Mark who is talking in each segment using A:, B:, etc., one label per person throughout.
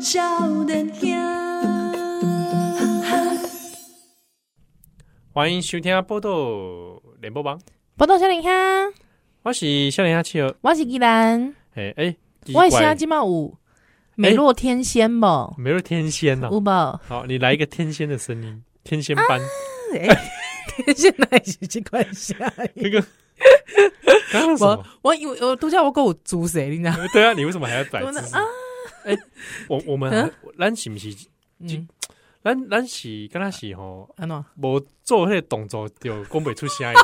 A: 少年兄，
B: 欢迎收听报道联播网，
C: 波动小林哈，
B: 我是少年阿七儿。
C: 我是吉兰，
B: 哎哎，奇
C: 我
B: 怪
C: 的声今嘛有美若天仙无，
B: 没有天仙呐、
C: 有无？
B: 好，你来一个天仙的声音，天仙般。
C: 啊现在是这款声音。
B: 那 个刚刚是什么
C: 我？我以为我都叫我跟我猪谁，你知道？
B: 对啊，你为什么还要摆
C: 我
B: 姿
C: 的
B: 势？哎、我我们
C: 嗯
B: 咱是不是
C: 嗯，
B: 咱咱是跟他是吼，
C: 安怎？
B: 无做迄个动作就讲不出声 音。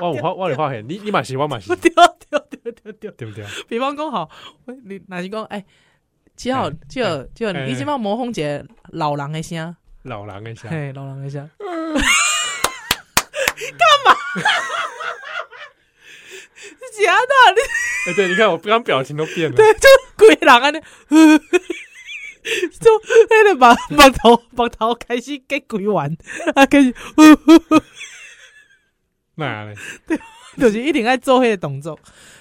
B: 我有发我有发现，你你嘛是我嘛是，
C: 对对对对对，
B: 对不对？
C: 比方讲好，我你若是讲哎，只好只好只好，
B: 哎
C: 你即嘛模仿一个老人的声，
B: 老人的声，
C: 嘿，老人的声。干嘛？你假的？你
B: 哎，对，你看我刚表情都变了。
C: 鬼人安尼，就迄个目目头目头开始结鬼丸，啊，开始
B: 那嘞，
C: 就是一定爱做迄个动作。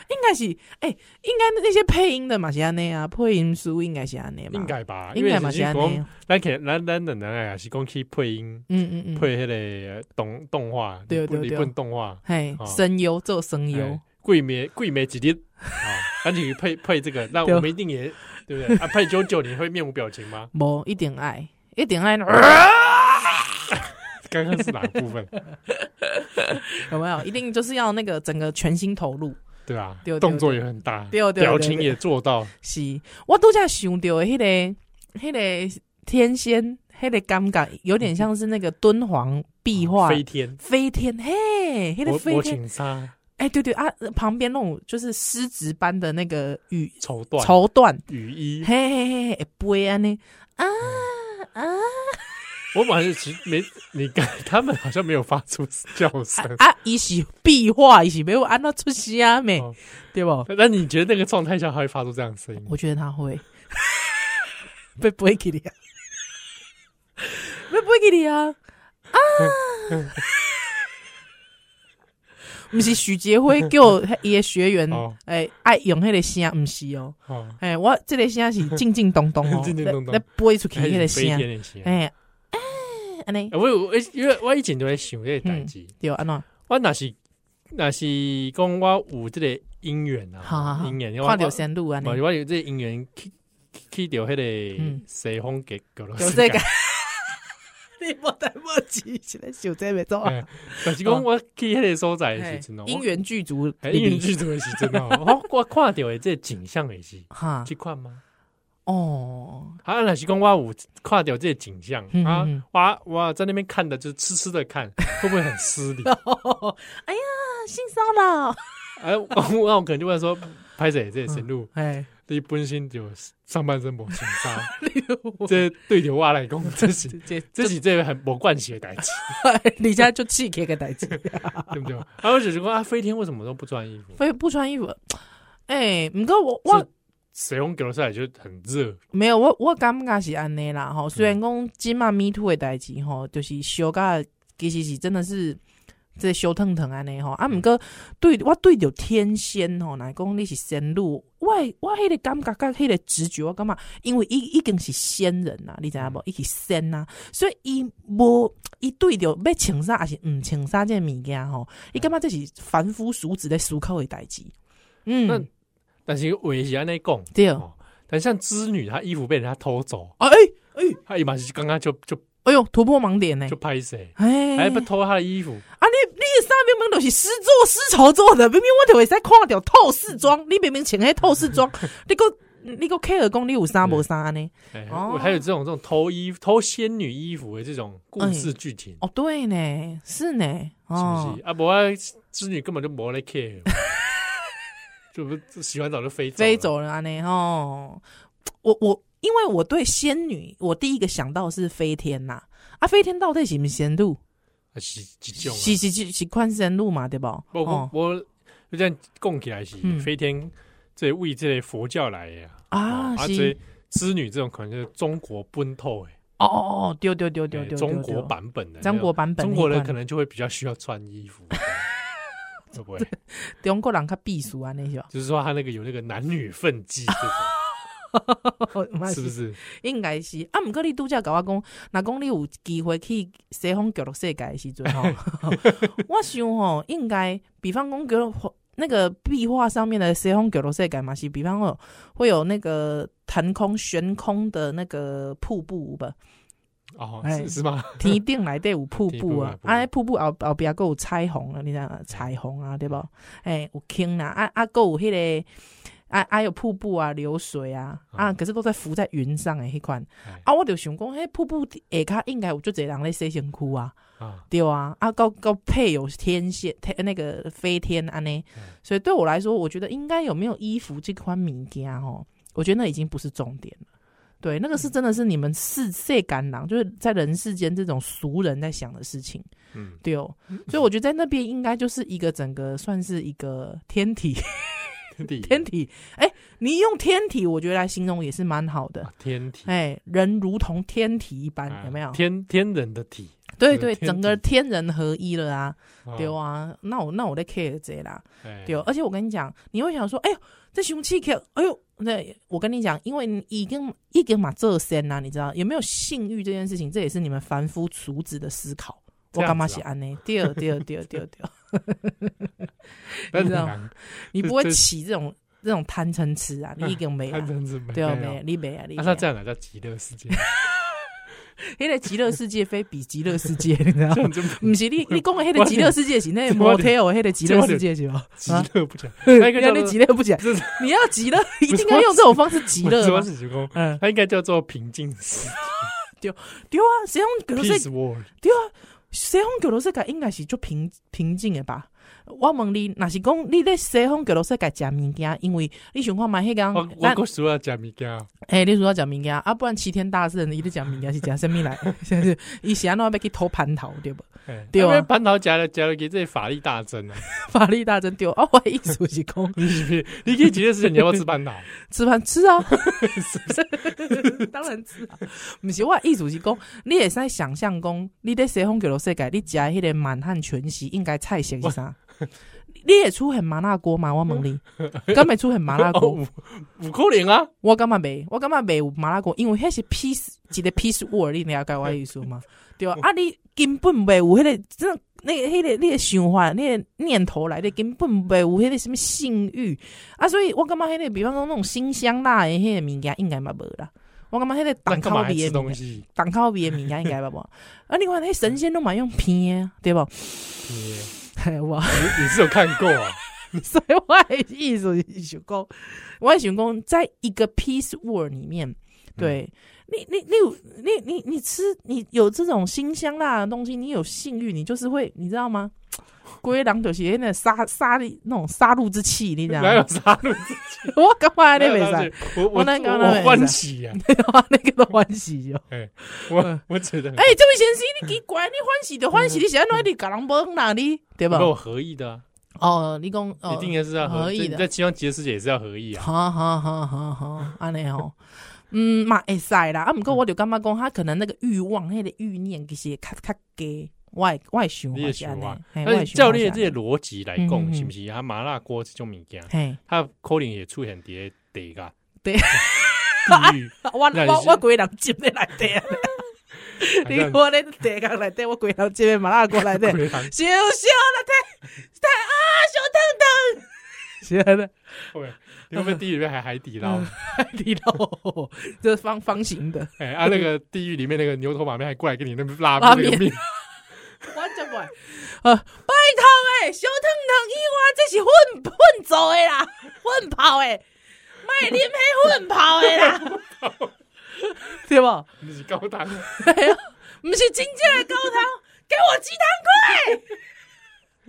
C: 应该是，哎、应该那些配音的嘛是安尼啊，配音书应该是安尼吧？
B: 应该吧？因
C: 应
B: 为
C: 该嘛
B: 是
C: 是安尼
B: 讲。咱可咱咱两人也是讲去配音，
C: 嗯嗯嗯，
B: 配迄个动动画，
C: 对
B: 日本
C: 对
B: 日
C: 对
B: 本动画，
C: 嘿
B: 哦，
C: 声优做声优
B: 哎，贵梅贵梅几日 啊，咱就去配配这个，那
C: 对
B: 我们一定也对不对？啊，配九九你会面无表情 吗？
C: 无、一定爱，一定爱，
B: 刚刚是哪个部分？
C: 有没有？一定就是要那个整个全心投入。
B: 对吧
C: 对？对
B: 动作也很大，
C: 对对对
B: 表情也做到，
C: 是我都在想到的迄、个迄、个天仙，迄、个感觉有点像是那个敦煌壁
B: 嗯
C: 画
B: 哦飞天，
C: 飞天，嘿，那个
B: 我
C: 飞
B: 我
C: 天，
B: 请杀
C: 哎、对对啊，旁边那种就是丝质般的那个羽
B: 绸缎
C: 绸缎，
B: 雨衣
C: 嘿，嘿嘿嘿，背安尼啊啊
B: 嗯我本来是其实没你看他们好像没有发出叫声。
C: 啊！伊、是壁画，伊是没有安那出声啊没，
B: 哦
C: 对不？
B: 那你觉得那个状态下他会发出这样的声音吗？
C: 我觉得他会 被背起你啊，被背起你啊啊！不是许杰辉 叫伊的学员
B: 哦
C: 哎爱用迄个声，不是哦。
B: 哦，
C: 哎、我这个声是静静咚咚哦，
B: 静静咚咚
C: 咧飞出去
B: 还
C: 迄
B: 是飞
C: 个声
B: 天，的声。
C: 哎、啊安尼
B: 啊我有我因为我以前都在想这个代志，
C: 对啊安怎？
B: 我若是若是讲我有这个姻缘
C: 好好
B: 啊，
C: 好
B: 姻缘，因为我
C: 看到仙女安尼
B: 我，我有这个姻缘去去去到迄个
C: 嗯
B: 西方给俄罗
C: 有
B: 斯
C: 这
B: 改
C: 个，你莫戴墨镜，现在想这袂做啊。
B: 哎但是讲我去迄个所在的时阵哦，
C: 姻缘剧足，
B: 我哎姻缘剧组的时阵哦，我我看到的这个景象也是
C: 哈
B: 去看吗？
C: 哦，
B: 啊，若是讲我有看到这个景象
C: 嗯
B: 啊
C: 嗯嗯，
B: 我我在那边看的就是痴痴的看，会不会很失礼？
C: 哎呀，性骚扰，
B: 哎，我我我可能就会说，拍者这个神路。
C: 哎，
B: 你本身就上半身无穿衫，这对着我来讲，这是
C: 这
B: 这
C: 这，
B: 是这个很无关系的代志，
C: 你家就气给个代志，
B: 对不对？啊，我只是说啊，飞天为什么都不穿衣服？
C: 非不穿衣服，哎，唔过我我
B: 是水红流下来就很热，
C: 没有，我我感觉是安尼啦
B: 嗯
C: 吼。虽然讲今嘛 Me Too 的代志吼，就是小甲其实是真的是这小腾腾安尼吼。啊，毋过对我对着天仙吼，来讲你是仙女，我的我迄个感觉甲迄个直觉，我感觉因为伊已经是仙人啦，你知
B: 嗯
C: 影无？伊是仙啦，所以伊无伊对着要穿啥还是毋穿啥这个物件吼，伊感觉这是凡夫俗子咧思考的代志。
B: 那
C: 嗯，
B: 但是我也是安尼讲，
C: 对。
B: 哦但像织女，她衣服被人家偷走，
C: 啊，哎哎
B: 她一般是刚刚就就
C: 哎呦，突破盲点呢、
B: 就拍谁，
C: 哎，
B: 还不偷她的衣服，
C: 啊，你你的衫明明就是丝做丝绸做的，明明我就会使看到透视装，你明明穿迄透视装， 你个你个 care 讲你有衫无衫呢？
B: 哎，
C: 哦
B: 还有这种这种偷衣服偷仙女衣服的这种故事剧情，
C: 哦，对呢，是呢，
B: 是
C: 哦
B: 不，是？啊，不然织女根本就没来 care，就不洗完澡就飞走了啊
C: 飞走了安尼哦，我我因为我对仙女，我第一个想到的是飞天呐、啊，飞天到底是不是仙路？
B: 啊是一种啊。
C: 是是是是款仙路嘛，对不？
B: 我我
C: 哦
B: 我就这样供起来是
C: 嗯
B: 飞天，这为这类佛教来的啊
C: 啊
B: 哦啊这
C: 是
B: 织女这种可能就是中国奔透哎，
C: 哦哦哦，丢丢丢丢
B: 哎
C: 丢，
B: 中
C: 对
B: 国，版本的
C: 对中国版本
B: 中国人
C: 那款
B: 可能就会比较需要穿衣 服，会 不会？
C: 对中国人较避暑啊那些。
B: 就是说他那个有那个男女分际这种，
C: 嘛
B: 是不是？
C: 应该是啊，毋过你拄则甲我讲，若讲你有机会去西方角落世界的时阵 吼，我想吼，应该比方讲角落那个壁画上面的西方角落世界嘛是，比方说会有那个腾空悬空的那个瀑布 吧，
B: 哦，
C: 哎
B: 是是 吗？，
C: 天顶内底有瀑
B: 天顶内底有
C: 布啊啊，那瀑布后后壁还有彩虹啊，你知道吗彩虹啊，对不？哎、有坑啊，啊啊，还有迄、个。啊啊有瀑布啊，流水啊啊，
B: 嗯
C: 可是都在浮在云上的迄款
B: 哎
C: 啊，我就想讲，迄瀑布下骹应该有足侪人咧洗身躯啊，
B: 啊，
C: 对啊，啊到到配有天线，天那个飞天安尼
B: 嗯，
C: 所以对我来说，我觉得应该有没有衣服这款物件吼，我觉得那已经不是重点了。对，那个是真的是你们世世间人，就是在人世间这种俗人在想的事情，
B: 嗯，
C: 对哦。所以我觉得在那边应该就是一个整个算是一个天体，
B: 天体
C: 天体。哎、你用天体，我觉得来形容也是蛮好的。
B: 啊天体，
C: 哎，人如同天体一般，
B: 啊
C: 有没有？
B: 天天人的体？
C: 对对，
B: 天体
C: 整个天人合一了啊，
B: 哦
C: 对，啊。那我那我在 care 这啦，
B: 哎
C: 对哦。而且我跟你讲，你会想说，哎呦，这凶器 care，哎呦，对，我跟你讲，因为你已经已经嘛这身啦，你知道有没有性欲这件事情，这也是你们凡夫俗子的思考。
B: 这
C: 我
B: 样子啊
C: 干嘛写安呢？第二，第二，第二，第二，第二，
B: 但
C: 你
B: 很
C: 知道
B: 难，
C: 你
B: 这
C: 不会
B: 这
C: 起这种这种贪嗔痴啊，你已经没
B: 他
C: 了，
B: 真是没
C: 对哦，
B: 有
C: 没，你没啊，你
B: 那
C: 没
B: 他
C: 了。
B: 这样来叫极乐世 界，
C: 迄个极乐世界非比极乐世界，你知道
B: 这
C: 吗？
B: 样就
C: 毋是你你讲的迄个极乐世界是那个 motel 迄个极乐世界是吧？
B: 极
C: 啊
B: 乐 不讲，那个叫
C: 你
B: 做
C: 极乐不讲，
B: 这是
C: 你要极乐一定要用这种方式极乐
B: 什么
C: 吗？
B: 是极光？
C: 嗯，
B: 它应该叫做平静时
C: 对啊，谁用格罗世
B: （Peace World）。
C: 西方角落世界应该是足平平静的吧？我问你，若是讲你咧西方角落世界食物件，因为你想看嘛，迄
B: 我
C: 工
B: 哦我
C: 咱
B: 故事要讲物件，
C: 诶，你如果食物件啊，不然齐天大圣伊咧食物件是食什物来？是不是伊是安怎样要去偷蟠桃对无？
B: 哎
C: 对啊
B: 因为蟠桃夹了夹了，给这法力大增啊！
C: 法力大真对哦，我的意思是讲。
B: 你是不是你可以极乐世界，你要不要吃蟠桃？
C: 吃饭吃 啊， 当然吃啊。不是我的意思是讲，你也使想象讲，你在西方角落世界，你食迄个满汉全席应该菜色是啥？你也出现麻辣锅吗？我问你，敢会出现麻辣
B: 哦
C: 锅？
B: 五五扣零啊！
C: 我感觉袂，我感觉袂有麻辣锅，因为迄是 piece 一个 piece word，你了解我的意思吗？ 对啊，啊你根本袂有迄、个真的。那个、迄、个、你的想法、你的念头来的根本袂有迄个什么性欲啊，所以我感觉迄、个，比方说那种辛香辣的迄个物件应该嘛无啦。我感觉迄个
B: 那干
C: 蛋烤
B: 嘛还
C: 味
B: 吃
C: 的物
B: 东
C: 件，
B: 西？
C: 蛋烤味的物件应该嘛无。啊，另外迄神仙都嘛用片的啊， 对不？
B: 你
C: 嘿我
B: 你你是有看过 啊？
C: 所以我的意思是想讲，我的想讲，在一个 piece word 里面，对、你，你，你有，你，你，你吃，你有这种辛香辣的东西，你有性欲，你就是会，你知道吗？龟狼就是那个杀杀力那种杀戮之气，你知道
B: 哪
C: 吗
B: 有？杀戮？
C: 我干嘛
B: 哪
C: 那
B: 有
C: 没
B: 杀
C: 塞？
B: 戮我我
C: 我哪敢哪
B: 我
C: 有
B: 欢喜 呀！
C: 那个都欢喜哟。
B: 我我觉得
C: 哎、这位先生，你奇怪，你欢喜就欢喜，你想要哪里搞人崩哪里，对吧
B: 跟？我合意的啊，
C: 哦，你讲哦，
B: 一定也是要
C: 合
B: 合
C: 意
B: 这
C: 的
B: 你在西方极乐世界也是要合意啊。
C: 好好好好好，安尼吼，嗯，嘛会使啦。啊，毋过我就感觉讲，他可能那个欲望、迄、个欲念，其实会较较低。我的我的想
B: 你
C: 法
B: 的
C: 是安尼
B: 想法，
C: 嘿我
B: 但
C: 的
B: 是
C: 想
B: 教
C: 法是
B: 练
C: 安
B: 这
C: 尼
B: 些逻辑来
C: 嗯嗯
B: 讲，
C: 嗯
B: 是不是啊？麻辣锅这种物件，
C: 嘿，
B: 它可能也出现伫地个
C: 地
B: 地狱，
C: 我我
B: 那你是
C: 我几人接你来底啊？
B: 好
C: 你
B: 像
C: 我咧 地角内底，我几人接麻辣锅内底，
B: 鬼狼
C: 小小内底，太啊，小腾腾，是安
B: 会，你会不会地狱里面还海底捞？
C: 嗯尼， 你咯，这是方方形的。
B: 哎、啊，那个地狱里面那个牛头马面还过来给你那边拉
C: 拉
B: 那个
C: 面
B: 面，
C: 我真袂，呃，拜托诶、小烫烫以外，这是混混做的啦，混泡诶，卖啉迄混泡的啦，对不？
B: 你是高档，啊
C: 不是真正的高汤，给我鸡汤块。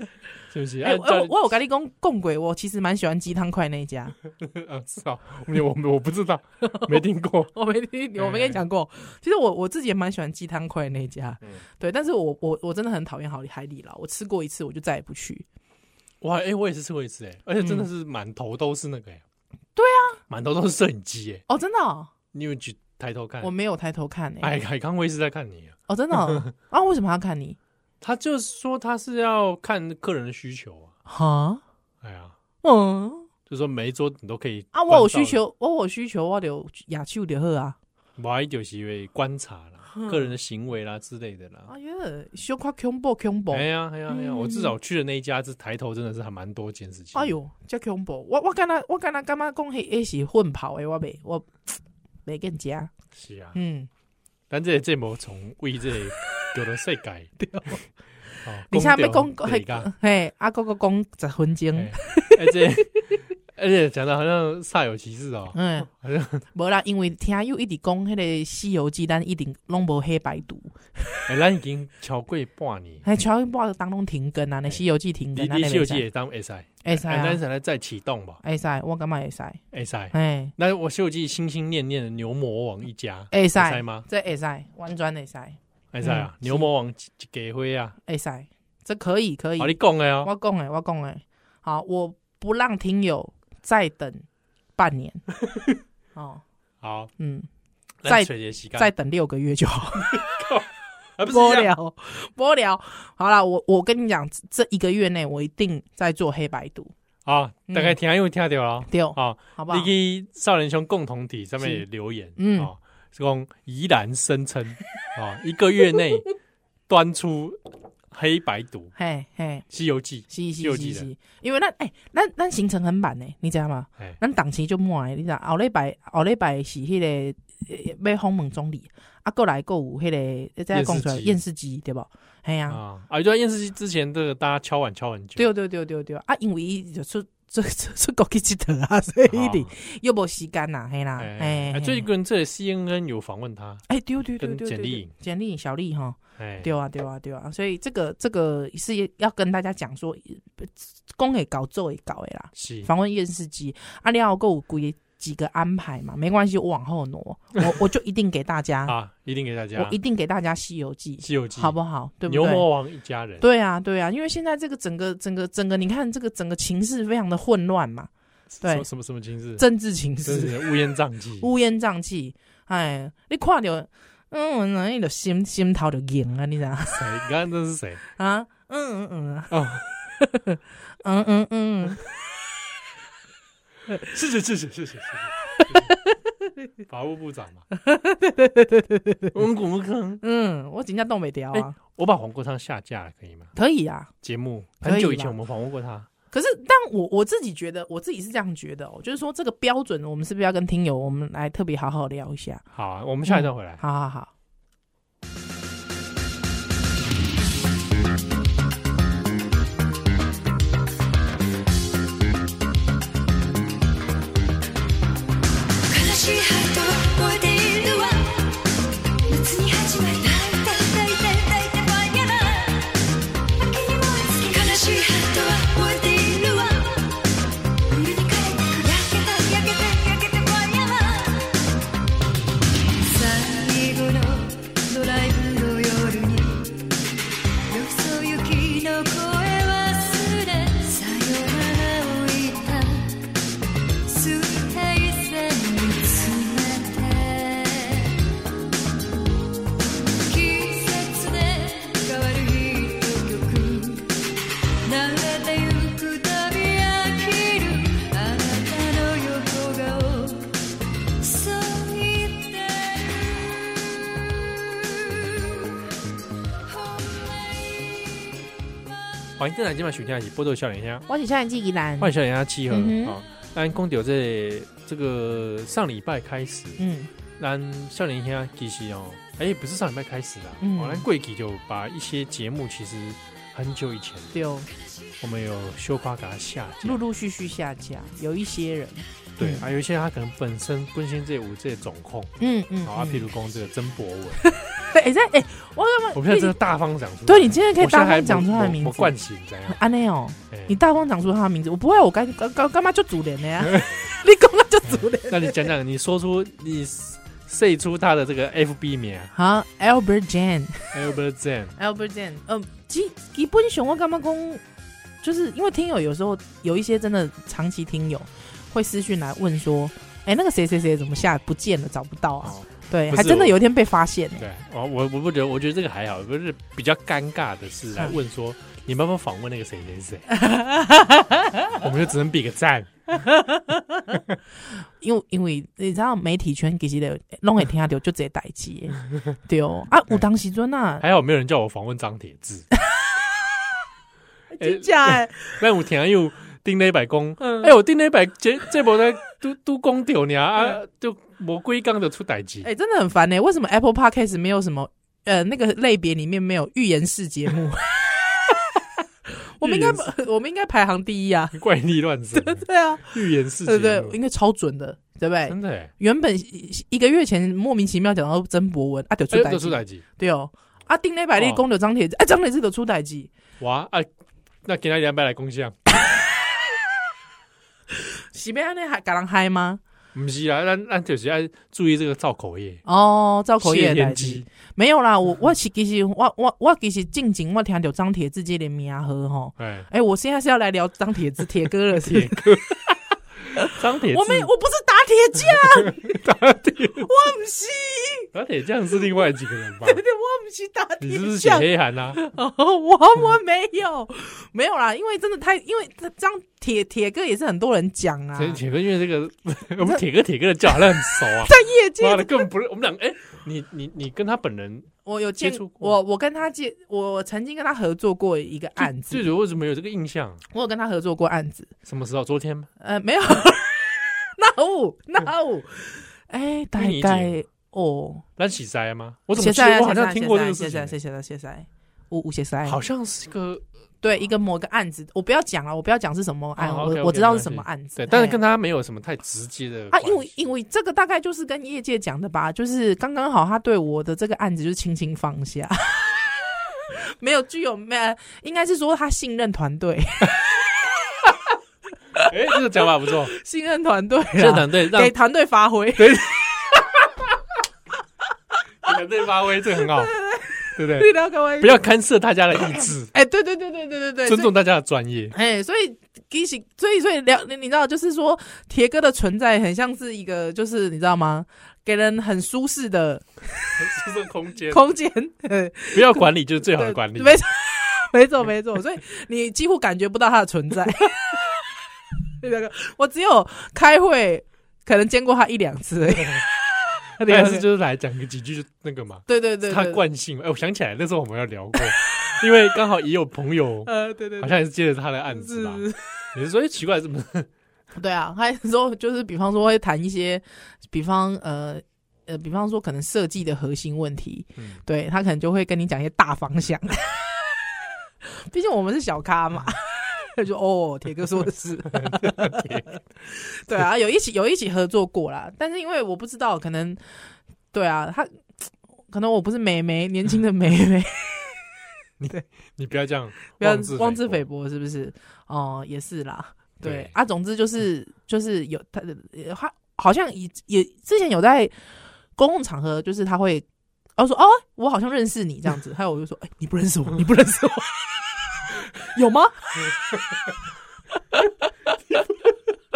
B: 是不是？
C: 哎、
B: 哎、
C: 我
B: 照
C: 我有跟你讲，共鬼我其实蛮喜欢鸡汤块那一家，
B: 啊，是啊，我我我不知道，没听过。
C: 我没听，我没跟你讲过。其实我我自己也蛮喜欢鸡汤块那一家，
B: 嗯
C: 对，但是我我我真的很讨厌好海底捞，我吃过一次我就再也不去。
B: 哇，哎、我也是吃过一次、哎，而且真的是满头都是那个、哎、
C: 嗯对
B: 啊，满头都是摄影机，哎，
C: 哦，真的、哦，
B: 你有去抬头看
C: 我？没有抬头看诶、
B: 哎，海康威视在看你、啊，
C: 哦，真 的哦、啊，为什么要看你？
B: 他就是说他是要看客人的需求啊，
C: 哈，
B: 哎呀，
C: 嗯，
B: 就是说每一桌你都可以
C: 啊，我有需，求，我有需求，我就野手就好啊。
B: 我就是因为观察啦，个人的行为啦之类的啦。
C: 哎呀，小夸恐怖恐怖，
B: 哎呀哎呀哎呀！我至
C: 嗯
B: 少去的那一家，这抬头真的是还蛮多件事情。
C: 哎，哟，遮恐怖！我我敢若我敢若感觉讲迄迄是混跑的，我袂我袂跟食。
B: 是啊，
C: 嗯，
B: 咱这个节目从为这个叫做世 界，对，
C: 而且要讲嗯
B: 哎个，
C: 嘿，啊，哥哥讲十分钟
B: 哎，而 且而且讲的好像煞有其事哦，
C: 嗯
B: 好 像，
C: 无啦，因为听友一直讲迄个《西游记》，咱一定拢无黑白读，
B: 哎，咱已经超过半年，
C: 还全部把当拢停更
B: 哎
C: 啊，那《西游记》停
B: 你
C: 更啊，
B: 你休息也当 S I，哎
C: 会使
B: 咱
C: 啊，
B: 现在再启动吧
C: 会使，我感觉会使，
B: ，S I。
C: 哎，
B: 那我《西游记》心心念念的牛魔王一家，
C: 会使
B: 会使吗？
C: 这会使，完全会使，
B: 会使啊，
C: 嗯
B: 牛魔王一给灰啊，
C: 会使，这可以可以
B: 好，，你讲的哦，
C: 我讲诶，我讲诶，好，我不让听友再等半 年，哦，
B: 好，
C: 嗯，
B: 再吹些时间，
C: 再等六个月就好。
B: 啊不是
C: 无
B: 这样
C: 聊，无聊。好啦，我我跟你讲，这一个月内我一定在做黑白读，
B: 啊，
C: 嗯
B: 大概听又听到了
C: 对，
B: 哦，
C: 好不
B: 啊，你？
C: 好
B: 去少年兄共同体上面
C: 是
B: 也留言，
C: 嗯
B: 哦，是讲怡然声称啊，一个月内端出黑白读《
C: 嘿嘿，
B: 西游记》，
C: 是
B: 就有
C: 是
B: 记
C: 是
B: 得
C: 是，因为咱哎，咱咱行程很满呢，你知道吗
B: 哎？
C: 咱档期就满的，你知道？后礼拜后礼拜是迄个呃要访问总理，啊，过来过有迄个再讲出
B: 验
C: 来
B: 尸机
C: 验尸机对不？嘿呀，
B: 啊啊，就在电视机之前，这个大家敲碗敲很久，哦
C: 对对对对对，啊，因为伊就出 出出出国去佚佗啊，所以一定
B: 啊
C: 又无时间啦，嘿啦，
B: 哎，哎最
C: 最
B: 近这个 CNN 有访问他，
C: 哎，对对对
B: 跟
C: 对，
B: 简
C: 对
B: 历
C: 对
B: 营
C: 简历小丽哈，
B: 哎，
C: 对啊对啊对啊，所以这个这个是要跟大家讲说，呃公也搞，做也搞诶啦，
B: 是，
C: 访问验视机，啊，你要够几几个安排嘛，没关系，我往后挪，我我就一定给 大家，
B: 啊，一定给大家
C: 我一定给大家《西游记
B: 《西游》，记》
C: 好不好？对不
B: 牛
C: 对？
B: 魔王一家人，
C: 对啊，对啊，因为现在这个整个整个整个，你看这个整个情势非常的混乱嘛，对
B: 什么什么什么情势，
C: 政治情
B: 真
C: 势，
B: 是乌烟瘴气，
C: 乌烟瘴气。哎，你看着，嗯，那你就心心头就硬啊，你知道
B: 谁？你刚刚这是谁？
C: 啊？嗯嗯嗯啊
B: 哦，
C: 嗯嗯嗯，
B: 是是是是是是是是，法务部 长嘛。我们古不坑，
C: 嗯，我真正冻袂掉啊，
B: 我把黄国昌下架了，可以吗？
C: 可以啊。
B: 节目
C: 可以啦
B: 很久以前我们访问过他，
C: 可是，但我我自己觉得，我自己是这样觉得、哦，就是说这个标准，我们是不是要跟听友我们来特别好好聊一下？
B: 好啊，我们下一段回来。
C: 好好好，
A: 「悲しいハートを覚えているわ」「夏に始まった歌歌いたい歌いたいファイヤー」「秋にも月悲しいハートを覚えているわ」「冬に帰って焼けた焼けた焼けたファイヤー」「最後のドライブの夜に」「よそ行きの声忘れ」「さよならを言った」水平線見つめて季節で変わるヒット曲慣れてゆくたび飽きるあなたの横顔そう言ってる本
C: 嗯
B: 欢迎进来，今晚许天喜波多笑脸香，
C: 我是夏人纪怡兰
B: 欢，迎笑脸香契合
C: 嗯哼
B: 啊。咱公屌这这个上礼拜开始，
C: 嗯
B: 咱笑脸香其实哦，哎，不是上礼拜开始的，
C: 嗯
B: 哦，咱贵体就把一些节目其实很久以前
C: 对哦，
B: 我们有修夸给它下架
C: 陆。陆续续下架，有一些人，
B: 对
C: 嗯
B: 啊，有一些他可能本身本身这五这总控，
C: 嗯嗯，
B: 好啊，
C: 嗯
B: 譬如讲这个曾博文，
C: 对，哎、这哎、我干嘛？
B: 我现在真的大方讲出来，
C: 对你今天可以
B: 我现在
C: 大
B: 还
C: 方讲出他的名
B: 我
C: 字。
B: 惯性这样，
C: 安内哦，
B: 哎
C: 你大方讲出他的名字，我不会，我干干干干嘛就主人 的呀？你讲啊就主人
B: 那你讲讲，你说出你 say 出他的这个 FB 名啊
C: 好，Albert Jan，Albert
B: Albert Zen，
C: Jan，嗯，基基本上我干嘛讲，就是因为听友有时候有一些真的长期听友会私讯来问说，哎、那个谁谁谁怎么下不见了，找不到啊？
B: 哦
C: 对，
B: 不是
C: 还真的有一天被发现、欸，
B: 对，哦，我我不觉得，我觉得这个还好，不是比较尴尬的啊
C: 嗯
B: 是来问说，你们要不要访问那个谁谁谁？我们就只能比个赞，
C: 因为因为你知道媒体圈其实的拢会听到就这代志的， 对哦啊，有当时阵啊，
B: 还好没有人叫我访问张铁志，哎
C: 真假诶，
B: 那有听有顶礼拜讲，
C: 嗯
B: 哎，我顶礼拜这这无在都都讲掉呢啊，
C: 嗯
B: 就无几工就出代志
C: 哎、，真的很烦呢、为什么 Apple Podcast 没有什么呃那个类别里面没有预言式节目？ 我们应该
B: 预言
C: 我们应该排行第一啊！
B: 怪力乱神，
C: 对啊，
B: 预言世
C: 对
B: 界，
C: 不对？应该超准的，对不对？
B: 啊真的欸，
C: 原本一个月前莫名其妙讲到曾博文啊，就出
B: 哎，
C: 代
B: 就出
C: 志，
B: 代志，
C: 对哦。啊，丁磊百丽公的张铁志，哎，张铁志的出代志，
B: 哇啊，那今天两百来公向，
C: 是被安尼还敢人嗨吗？
B: 不是啊，咱咱就是要注意这个造口业，
C: 哦，赵口业
B: 谢
C: 的代
B: 天
C: 志
B: 机，嗯
C: 没有啦。我我是其实我我我其实静静我听到张铁志这个名号吼，
B: 哎，
C: 哎、我现在是要来聊张铁志铁哥了，是不是
B: 铁哥，张铁志，
C: 我没，我不是打铁 匠，
B: 打铁，
C: 我不是，
B: 打铁匠是另外几个人吧？
C: 对对，我不是打
B: 你是不
C: 铁
B: 是写
C: 匠，
B: 黑函啊？
C: 哦， 我我没有，没有啦，因为真的太，因为这张铁铁哥也是很多人讲啊，
B: 铁铁哥，因为这个 我们铁哥铁哥的叫好像很熟 啊，
C: 在 业界
B: 妈的根本不是我们两个。哎，你你你跟他本人，
C: 我有见
B: 接触过
C: 我我跟他接，我曾经跟他合作过一个案
B: 这
C: 子，
B: 人为什么有这个印象？
C: 我有跟他合作过案子，
B: 什么时候？昨天吗？
C: 呃，没有， 那五那五，哎，大
B: 嗯你已经
C: 概哦，
B: 咱洗塞吗？我怎么
C: 谢
B: 记得
C: 塞
B: 我好像听过这个
C: 谢
B: 事
C: 塞谢
B: 情？
C: 塞谢塞，五五谢塞，
B: 好像是个
C: 对一个某个案子，我不要讲了，我不要讲是什么案，
B: 哦
C: 我
B: OK，OK，
C: 我知道
B: 没
C: 是什么
B: 关
C: 案子，
B: 对，但是跟
C: 他
B: 他没有什么太直接的
C: 哎啊，
B: 关系
C: 因为因为这个大概就是跟业界讲的吧，就是刚刚好他对我的这个案子就是轻轻放下， 没有具有没，应该是说他信任团队，
B: 哎，这个讲法不 错，
C: 信任团队
B: 这个
C: 啦，
B: 团队让
C: 啊给团队发挥，
B: 团队发挥，这个很好，对不对？
C: 对的，各位
B: 不要干涉大家的意志，
C: 哎，对对对对对对对，
B: 尊
C: 所以
B: 重大家的专 业。
C: 哎，所以。其实，所以，所以聊，你你知道，就是说，铁哥的存在很像是一个，就是你知道吗？给人很舒适的
B: 尊重空间，
C: 空间， 呃
B: 不要管理就是最好的
C: 对
B: 管理。
C: 没错， 没错，没错。所以你几乎感觉不到它的存在。 对那个我只有开会，可能见过他一两 次而已。
B: 但是就是来讲个几句就那个嘛，
C: 对对对，
B: 是他
C: 对
B: 惯性嘛。哎，我想起来那时候我们要聊过，因为刚好也有朋 友
C: 呃，对对
B: 好
C: 对，
B: 像也是接着他的案子吧。
C: 嗯
B: 你是说哎奇怪怎么？
C: 对啊。还有时候就是，比方说会谈一些，比方呃呃，比方说可能设计的核心问题，
B: 嗯
C: 对他可能就会跟你讲一些大方向。 毕竟我们是小咖嘛，就哦，铁哥说的是，对啊，有一起有一起合作过啦，但是因为我不知道，可能对啊，他可能我不是美眉，年轻的美眉，
B: 你不要这样，
C: 不要
B: 自
C: 妄自菲
B: 菲薄。
C: 薄，是不是？哦、也是啦，对
B: 对
C: 啊，总之就是就是有他的他好像也也之前有在公共场合，就是他会。然后说哦，我好像认识你这 样子，还有我就说，哎、你不认识我，你不认识我， 有吗？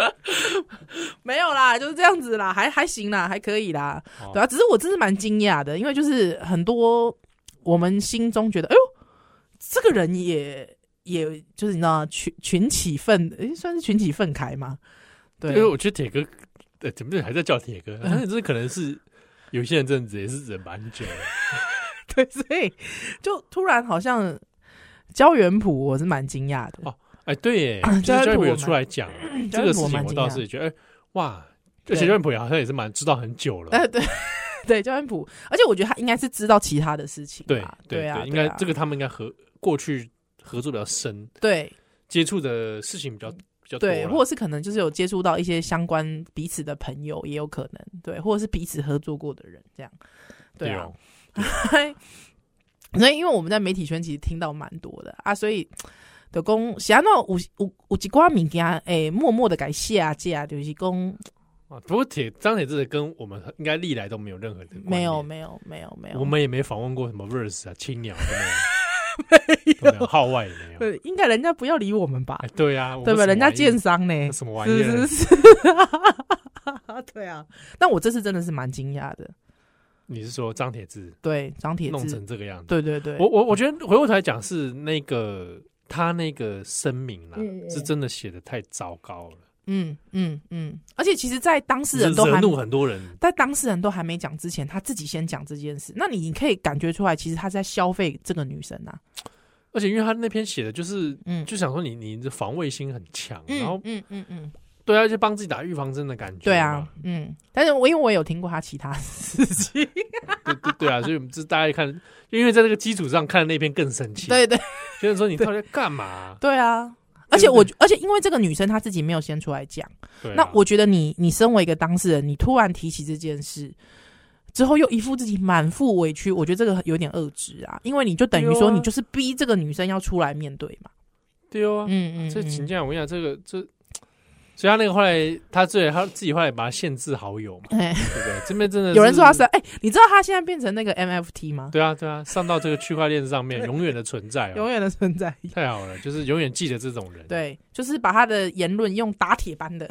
C: 没有啦，就是这样子啦，还还行啦，还可以啦，
B: 哦
C: 对啊。只是我真是蛮惊讶的，因为就是很多我们心中觉得，哎呦，这个人也也就是你知道群群起愤，诶，算是群起愤慨嘛，对
B: 因为我觉得铁哥，呃，怎么还在叫铁哥？但是这可能是有些人真的也是忍蛮久的，
C: 对，所以就突然好像焦元溥，我是蛮惊讶的。
B: 哦哎，对耶，
C: 啊
B: 就
C: 焦
B: 是
C: 彦
B: 教育
C: 溥
B: 部
C: 我
B: 有
C: 蛮
B: 出来 讲
C: 教
B: 这
C: 彦
B: 个
C: 溥
B: 事
C: 我蛮
B: 情，我
C: 惊
B: 倒
C: 讶
B: 是也觉得，哎，哇，而
C: 对
B: 且教育部也好像也是蛮知道很久了，
C: 哎，对对，焦元溥，而且我觉得他应该是知道其他的事情
B: 对
C: 吧，
B: 对
C: 啊，
B: 应该
C: 对啊
B: 这个他们应该合过去合作比较深，
C: 对
B: 接触的事情比较比较多
C: 嗯对，
B: 啦
C: 或者是可能就是有接触到一些相关彼此的朋友，也有可能对，或者是彼此合作过的人这样，对啊，
B: 哦
C: 所以因为我们在媒体圈其实听到蛮多的啊，所以的公想到嗯有有有一寡物件，诶、啊哎默默的改下架，就是嗯讲
B: 啊不过铁张铁志的跟我们应该历来都没有任何的关联
C: 没有没有没有没有，
B: 我们也没访问过什么 Verse 啊、青鸟都 没有，没有，啊号外也没有。
C: 对应该人家不要理我们吧
B: 哎，，对呀，我们
C: 对吧？
B: 什么
C: 人家
B: 玩意
C: 建商呢，
B: 什么玩意
C: 是
B: 儿
C: 是？是， 对 啊。但我这次真的是蛮惊讶的，
B: 你是说张铁志
C: 对啊张铁
B: 弄
C: 志，
B: 成这个样子？
C: 对对对，
B: 我我我觉得回过头来讲是那个他那个声明啦
C: 嗯嗯，嗯
B: 是真的写的太糟糕了。
C: 嗯嗯嗯，而且其实，在当事人都
B: 惹
C: 还
B: 怒很多人，
C: 在当事人都还没讲之前，他自己先讲这件事，那你可以感觉出来，其实他在消费这个女生啊。
B: 而且因为他那篇写的就是，
C: 嗯
B: 就想说你你的防卫心很强，然后
C: 嗯嗯嗯嗯，
B: 对啊，就帮自己打预防针的感觉，
C: 对啊，，嗯，但是我因为我有听过他其他事情，
B: 对对对啊，所以我们这大家看，因为在这个基础上看那篇更生气，，
C: 对对
B: 觉得说你到底在干嘛？
C: 对啊。
B: 对
C: 而且
B: 不
C: 我，而且因为这个女生她自己没有先出来讲，
B: 对啊
C: 那我觉得你，你身为一个当事人，你突然提起这件事之后，又一副自己满腹委屈，我觉得这个有点恶质啊，因为你就等于
B: 对
C: 说
B: 啊
C: 你就是逼这个女生要出来面对嘛。
B: 对啊，
C: 嗯嗯，
B: 这请
C: 嗯
B: 假我跟你讲，这个这，所以他那个后来他最他自己后来把他限制好友嘛，
C: 哎，
B: 对 不对？这边真的
C: 有人说他是
B: 是，
C: 哎，你知道他现在变成那个 MFT 吗？
B: 对啊对啊，上到这个区块链上面，永远的存在
C: 永
B: 哦，
C: 远的存在。
B: 太好了，就是永远记得这种人，
C: 对，就是把他的言论用打铁般 的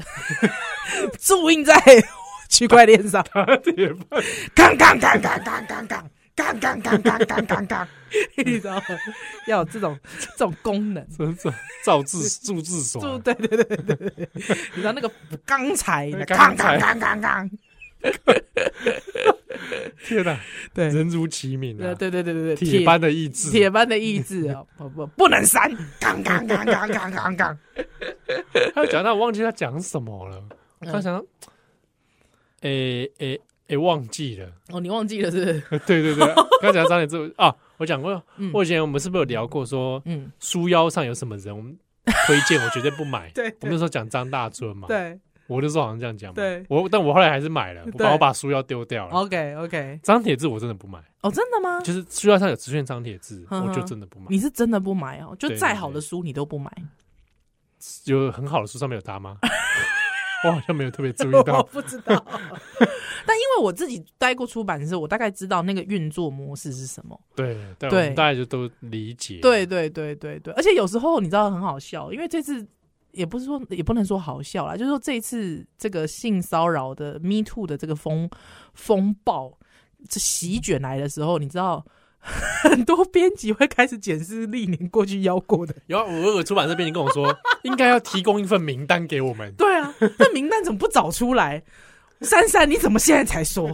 C: 注印在 区块链上，
B: 对吧，
C: 杠杠杠杠杠杠杠。杠杠杠杠杠杠杠， 你知道吗？要有这种这种功能，
B: 真是造 字注字
C: 就
B: 爽，
C: 对啊对对对对对，你知道那个钢材，
B: 钢
C: 杠
B: 材
C: 杠杠杠杠，
B: 天哪，
C: 对
B: 人如其名
C: 对
B: 啊，
C: 对对对对对，
B: 铁般的意志，
C: 铁般的意志 哦，不不不能删，杠杠杠杠杠杠杠，
B: 他讲到我忘记他讲什么了，
C: 嗯
B: 他想到，诶诶诶，忘记 了。
C: 哦，你忘记了是不是？
B: 对对 对，刚讲到张脸之后啊，我讲过
C: 嗯，
B: 我以前我们是不是有聊过说
C: 嗯，
B: 书腰上有什么人，我们推荐我绝对不买。
C: 对
B: 我们那时候讲张大尊嘛，，
C: 对
B: 我那时候好像这样讲嘛。
C: 对
B: 我但我后来还是买了，我
C: 对哦
B: 把我把书腰丢掉了。
C: ，OK OK，
B: 张铁志我真的不买，
C: 哦，真的吗？
B: 就是书腰上有出现张铁志，
C: 嗯哼
B: 我就真的不买。
C: 你是真的不买哦？就
B: 对
C: 再
B: 对
C: 好的
B: 对
C: 书你都不买，
B: 有很好的书上面有他 吗？我好像没有特别注意
C: 我
B: 到。
C: 不知道。但因为我自己待过出版社，我大概知道那个运作模式是什么。
B: 对对，我
C: 对
B: 们大概就都理解。
C: 对对对对对，而且有时候你知道很好笑，因为这次也不是说也不能说好笑啦，就是说这一次这个性骚扰的 Me Too 的这个风风暴这席卷来的时候，你知道。 很多编辑会开始检视历年过去邀过的，
B: 然后我有出版社编辑跟我说，应该要提供一份名单给我 们。
C: 对啊， 这名单怎么不早出来？珊珊，你怎么现在才说？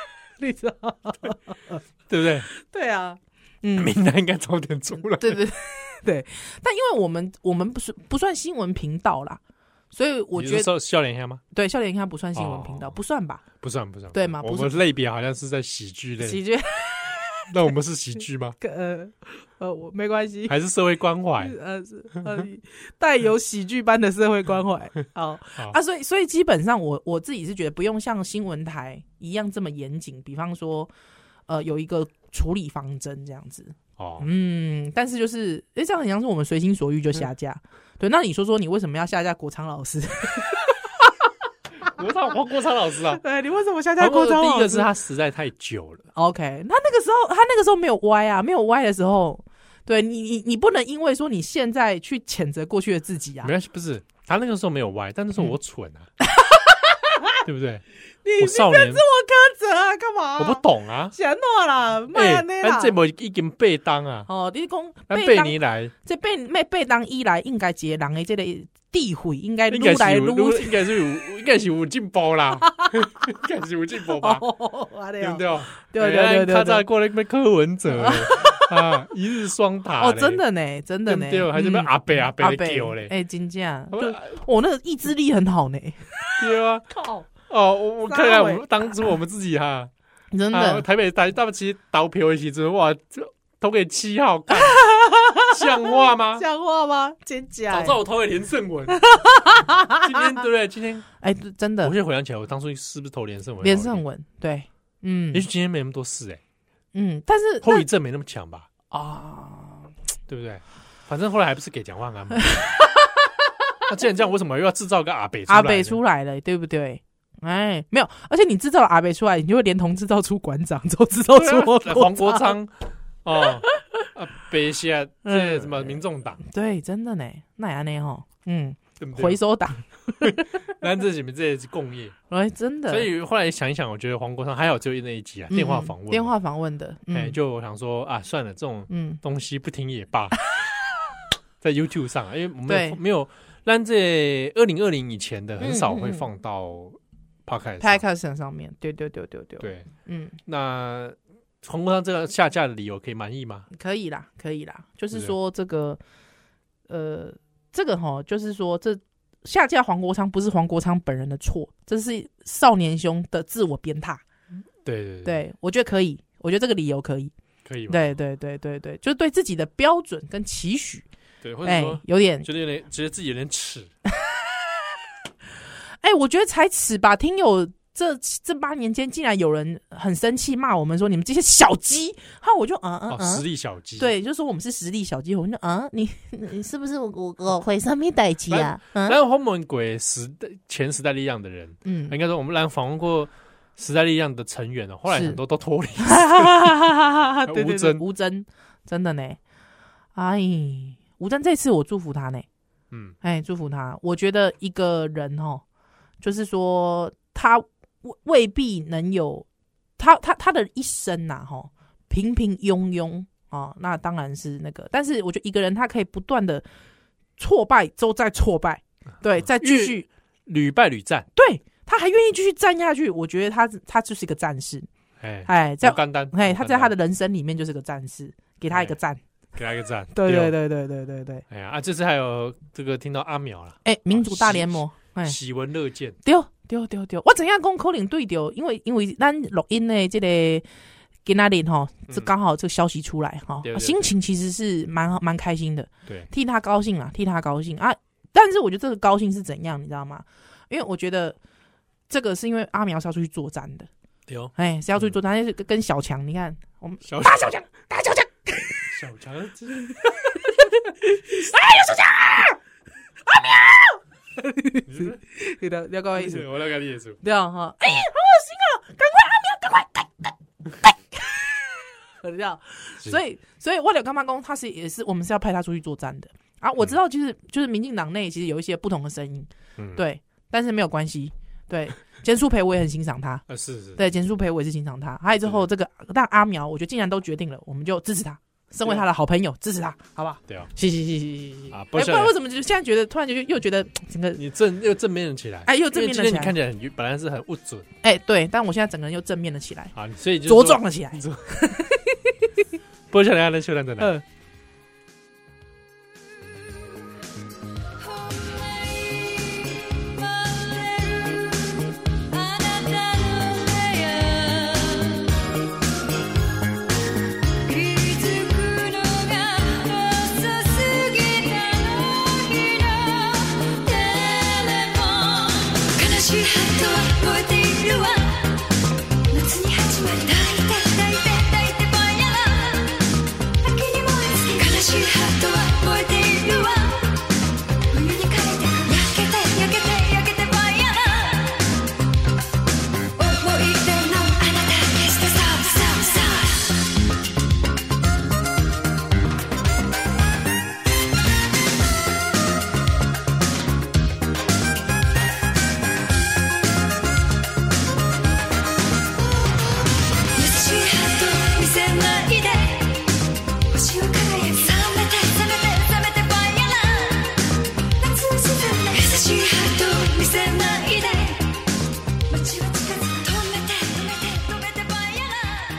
C: 你知道？
B: 对不对？
C: 对啊， 嗯，
B: 名单应该早点出来。
C: 对对 对，但因为我们我们不是不算新闻频道啦，所以我觉得
B: 得笑脸一下吗？
C: 对笑脸应该不算新闻频道，
B: 哦
C: 不算吧？
B: 不算不算，
C: 对吗
B: 我
C: 不
B: 们类别好像是在喜剧类，
C: 喜剧
B: 那我们是喜剧 吗？
C: 呃呃，我没关系，
B: 还是社会关怀？
C: 呃是呃，带有喜剧般的社会 关怀。好
B: 好
C: 啊，所以所以基本上我我自己是觉得不用像新闻台一样这么严谨，比方说呃有一个处理方针这样子，
B: 哦，
C: 嗯，但是就是，诶，这样很像是我们随心所欲就下架。
B: 嗯
C: 对，那你说说你为什么要下架国昌老师？，
B: 国昌黄国昌老师啊
C: 对你为什么下
B: 黄国昌第一
C: 第
B: 个
C: 一个
B: 是
C: 是
B: 他实在太久了，
C: OK，他那个时候他那个时候没有歪啊，没有歪的时候，对你你你不能因为说你现在去谴责过去的自己啊
B: 没，关系，不是他那个时候没有歪，但那时候我蠢 啊，对不对？
C: 你
B: 我少年，
C: 苛责啊，干嘛、
B: 我不，懂啊，
C: 想诺啦，
B: 哎，
C: 卖那啦
B: 但。这么一根被当啊，
C: 哦，你讲
B: 那
C: 被
B: 被
C: 当
B: 你来
C: 这被被被当一来，应该接人的这个地位应该
B: 应
C: 撸
B: 该
C: 哎来
B: 是有
C: 撸
B: 撸，应该是有 应该是有进步啦， 应该是有进步吧。
C: 哦， 安尼
B: 对不
C: 哦
B: 对？哎
C: 对对对对
B: 他
C: 对
B: 炸过了被柯文哲 嘞啊，一日双塔
C: 哦，
B: 嘞
C: 真的呢，真的
B: 对
C: 呢
B: 不，对？还是被
C: 嗯
B: 阿伯阿伯
C: 阿
B: 的
C: 贝
B: 叫嘞，
C: 哎、真正，
B: 我
C: 对我、那个意志力很好呢，
B: 对啊，
C: 靠，
B: 哦，我我看看我
C: 三
B: 们当初我们自己哈，
C: 真
B: 啊
C: 的，
B: 台北台大其实投票的时阵，哇，这投给七号， 干像话吗？
C: 像话吗？真假
B: 早
C: 哎
B: 知道我投给连胜 文，今天对不对？今天
C: 哎、对真
B: 我
C: 的
B: 现，在回想起来，我当初是不是投连胜文？
C: 连胜，文，对，嗯
B: 也许今天没那么多事哎，
C: 嗯，但是
B: 后
C: 那
B: 遗症没那么强吧？
C: 啊，
B: 对不对？反正后来还不是给蒋万 安吗？那既然这样，为什么又要制造个阿北？
C: 阿北出来了，对不对？哎，没有，而且你制造了阿北出来，你就会连同制造出馆长，之后制造
B: 都
C: 出
B: 出 黄国
C: 国昌，
B: 昌哦，阿北现在
C: 嗯
B: 这什么民众党
C: 对，真的呢，那安内吼，嗯，
B: 对啊不对？
C: 回收党，
B: 那这里面这也是共业，
C: 哎，真的，
B: 所以后来想一想，我觉得黄国昌还好只有那一集啊，
C: 嗯
B: 电话访问，
C: 电，话访问的，嗯，
B: 哎，就我想说啊，算了，这种
C: 嗯，
B: 东西不听也罢，在 YouTube 上啊，因为我们没
C: 对
B: 有没有。咱这二零二零以前的很少
C: 嗯
B: 会
C: 嗯嗯
B: 放到 podcast 上
C: Podcast 上面，对对对对对，
B: 对，
C: 嗯，
B: 那黄瓜上这个下架的理由可以满意吗？
C: 可以啦，可以啦，就是
B: 是
C: 说这个，呃，这个哈，就是说这下架黄国昌不是黄国昌本人的错，这是少年兄的自我鞭挞。
B: 对对，
C: 对我觉得可以，我觉得这个理由可以。
B: 可以吧？
C: 对对对对对，就是对自己的标准跟期许，
B: 对，或者
C: 哎、
B: 说
C: 有点
B: 觉得有点觉得自己有点耻，
C: 哎、我觉得才耻吧。听友这这八年间，竟然有人很生气骂我们说你们这些小鸡，哈，我就嗯嗯
B: 哦，实
C: 嗯。
B: 力小鸡，
C: 对，就说我们是实力小鸡，我就啊， 你你是不是我我 我会上面代机啊？嗯
B: 然后我们鬼时代前时代力量的人，
C: 嗯，
B: 应该说我们来访问过时代力量的成员了，哦后来
C: 是
B: 很多都脱离。
C: 哈哈哈哈哈哈！对对
B: 吴
C: 对，
B: 尊
C: 吴真真的呢，哎，吴真这次我祝福他呢，
B: 嗯，
C: 哎，祝福他。我觉得一个人哦，就是说他未未必能有他他他的一生呐、吼平平庸庸啊、那当然是那个。但是我觉得一个人他可以不断的挫败，都在挫败，对，再继续，
B: 屡败屡战，
C: 对，他还愿意继续战下去。我觉得他他就是一个战士，
B: 哎，
C: 哎，在
B: 不简单，
C: 哎
B: 不
C: 他
B: 简
C: 在他
B: 单
C: 的人生里面就是个战士，给他一个赞。
B: 给他一个赞，
C: 对对
B: 哦。
C: 对对对对对，
B: 哎呀啊，这次还有这个听到阿淼了，
C: 哎，民主大联盟，哎，
B: 喜闻乐见，
C: 对对对对，我怎样讲可能对着，因为因为咱录音的这个今仔日吼，这
B: 嗯
C: 刚好这个消息出来哈、
B: 对
C: 啊
B: 对
C: 心情其实是蛮蛮开心的，
B: 对，
C: 替他高兴啦，替他高兴啊。但是我觉得这个高兴是怎样，你知道吗？因为我觉得这个是因为阿苗是要出去作战的，
B: 对哦，
C: 哎，是要出去作战，但是跟小强，你看我们
B: 小
C: 大小强，大小强，
B: 小强，这是哎啊
C: 了了解我意
B: 是
C: 思？
B: 我那个业主，
C: 对啊哈，哎，啊好恶心啊！赶快阿苗，赶快赶赶赶！所以，所以我了干嘛工，他是也是我们是要派他出去作战的啊。我知道，就是就是民进党内其实有一些不同的声音，
B: 嗯，
C: 对，但是没有关系。对，简淑培我也很欣赏他，
B: 啊，是是，
C: 对，简淑培我也是欣赏他。还有之
B: 嗯
C: 后这个，但阿苗，我觉得既然都决定了，我们就支持他，身为他的好朋友，支持他，好不好？
B: 对啊，
C: 谢谢谢谢谢谢
B: 啊不
C: 哎，
B: 是
C: 不然为什么就现在觉得突然就又觉得整个
B: 你正又正面了起来，
C: 哎又正
B: 因为
C: 面
B: 今
C: 了
B: 天
C: 起
B: 你
C: 来
B: 看起来很本来是很不准
C: 哎对，但我现在整个人又正面了起来。
B: 啊，所以就是
C: 茁
B: 说
C: 壮了起来。
B: 播下来的秀兰在哪？
C: 嗯，
A: 「生まれるあなたの部屋」「気づくのが遅すぎたのにのテレフォン」「悲しいハートは燃えているわ」「夏に始まる泣いて泣いて泣いてばやら」「秋に燃え尽き悲しいハートは燃えているわ」「胸にかけて焼けて焼けて焼けてファイヤー」「思い出のあなた消してサブサブサブ」「優しいハート見せないで」「星を輝く冷めて冷めて冷めてファイヤー」夏の沈んだ優しいハート見せないで街は近づく止めて止めて止めてバイヤラ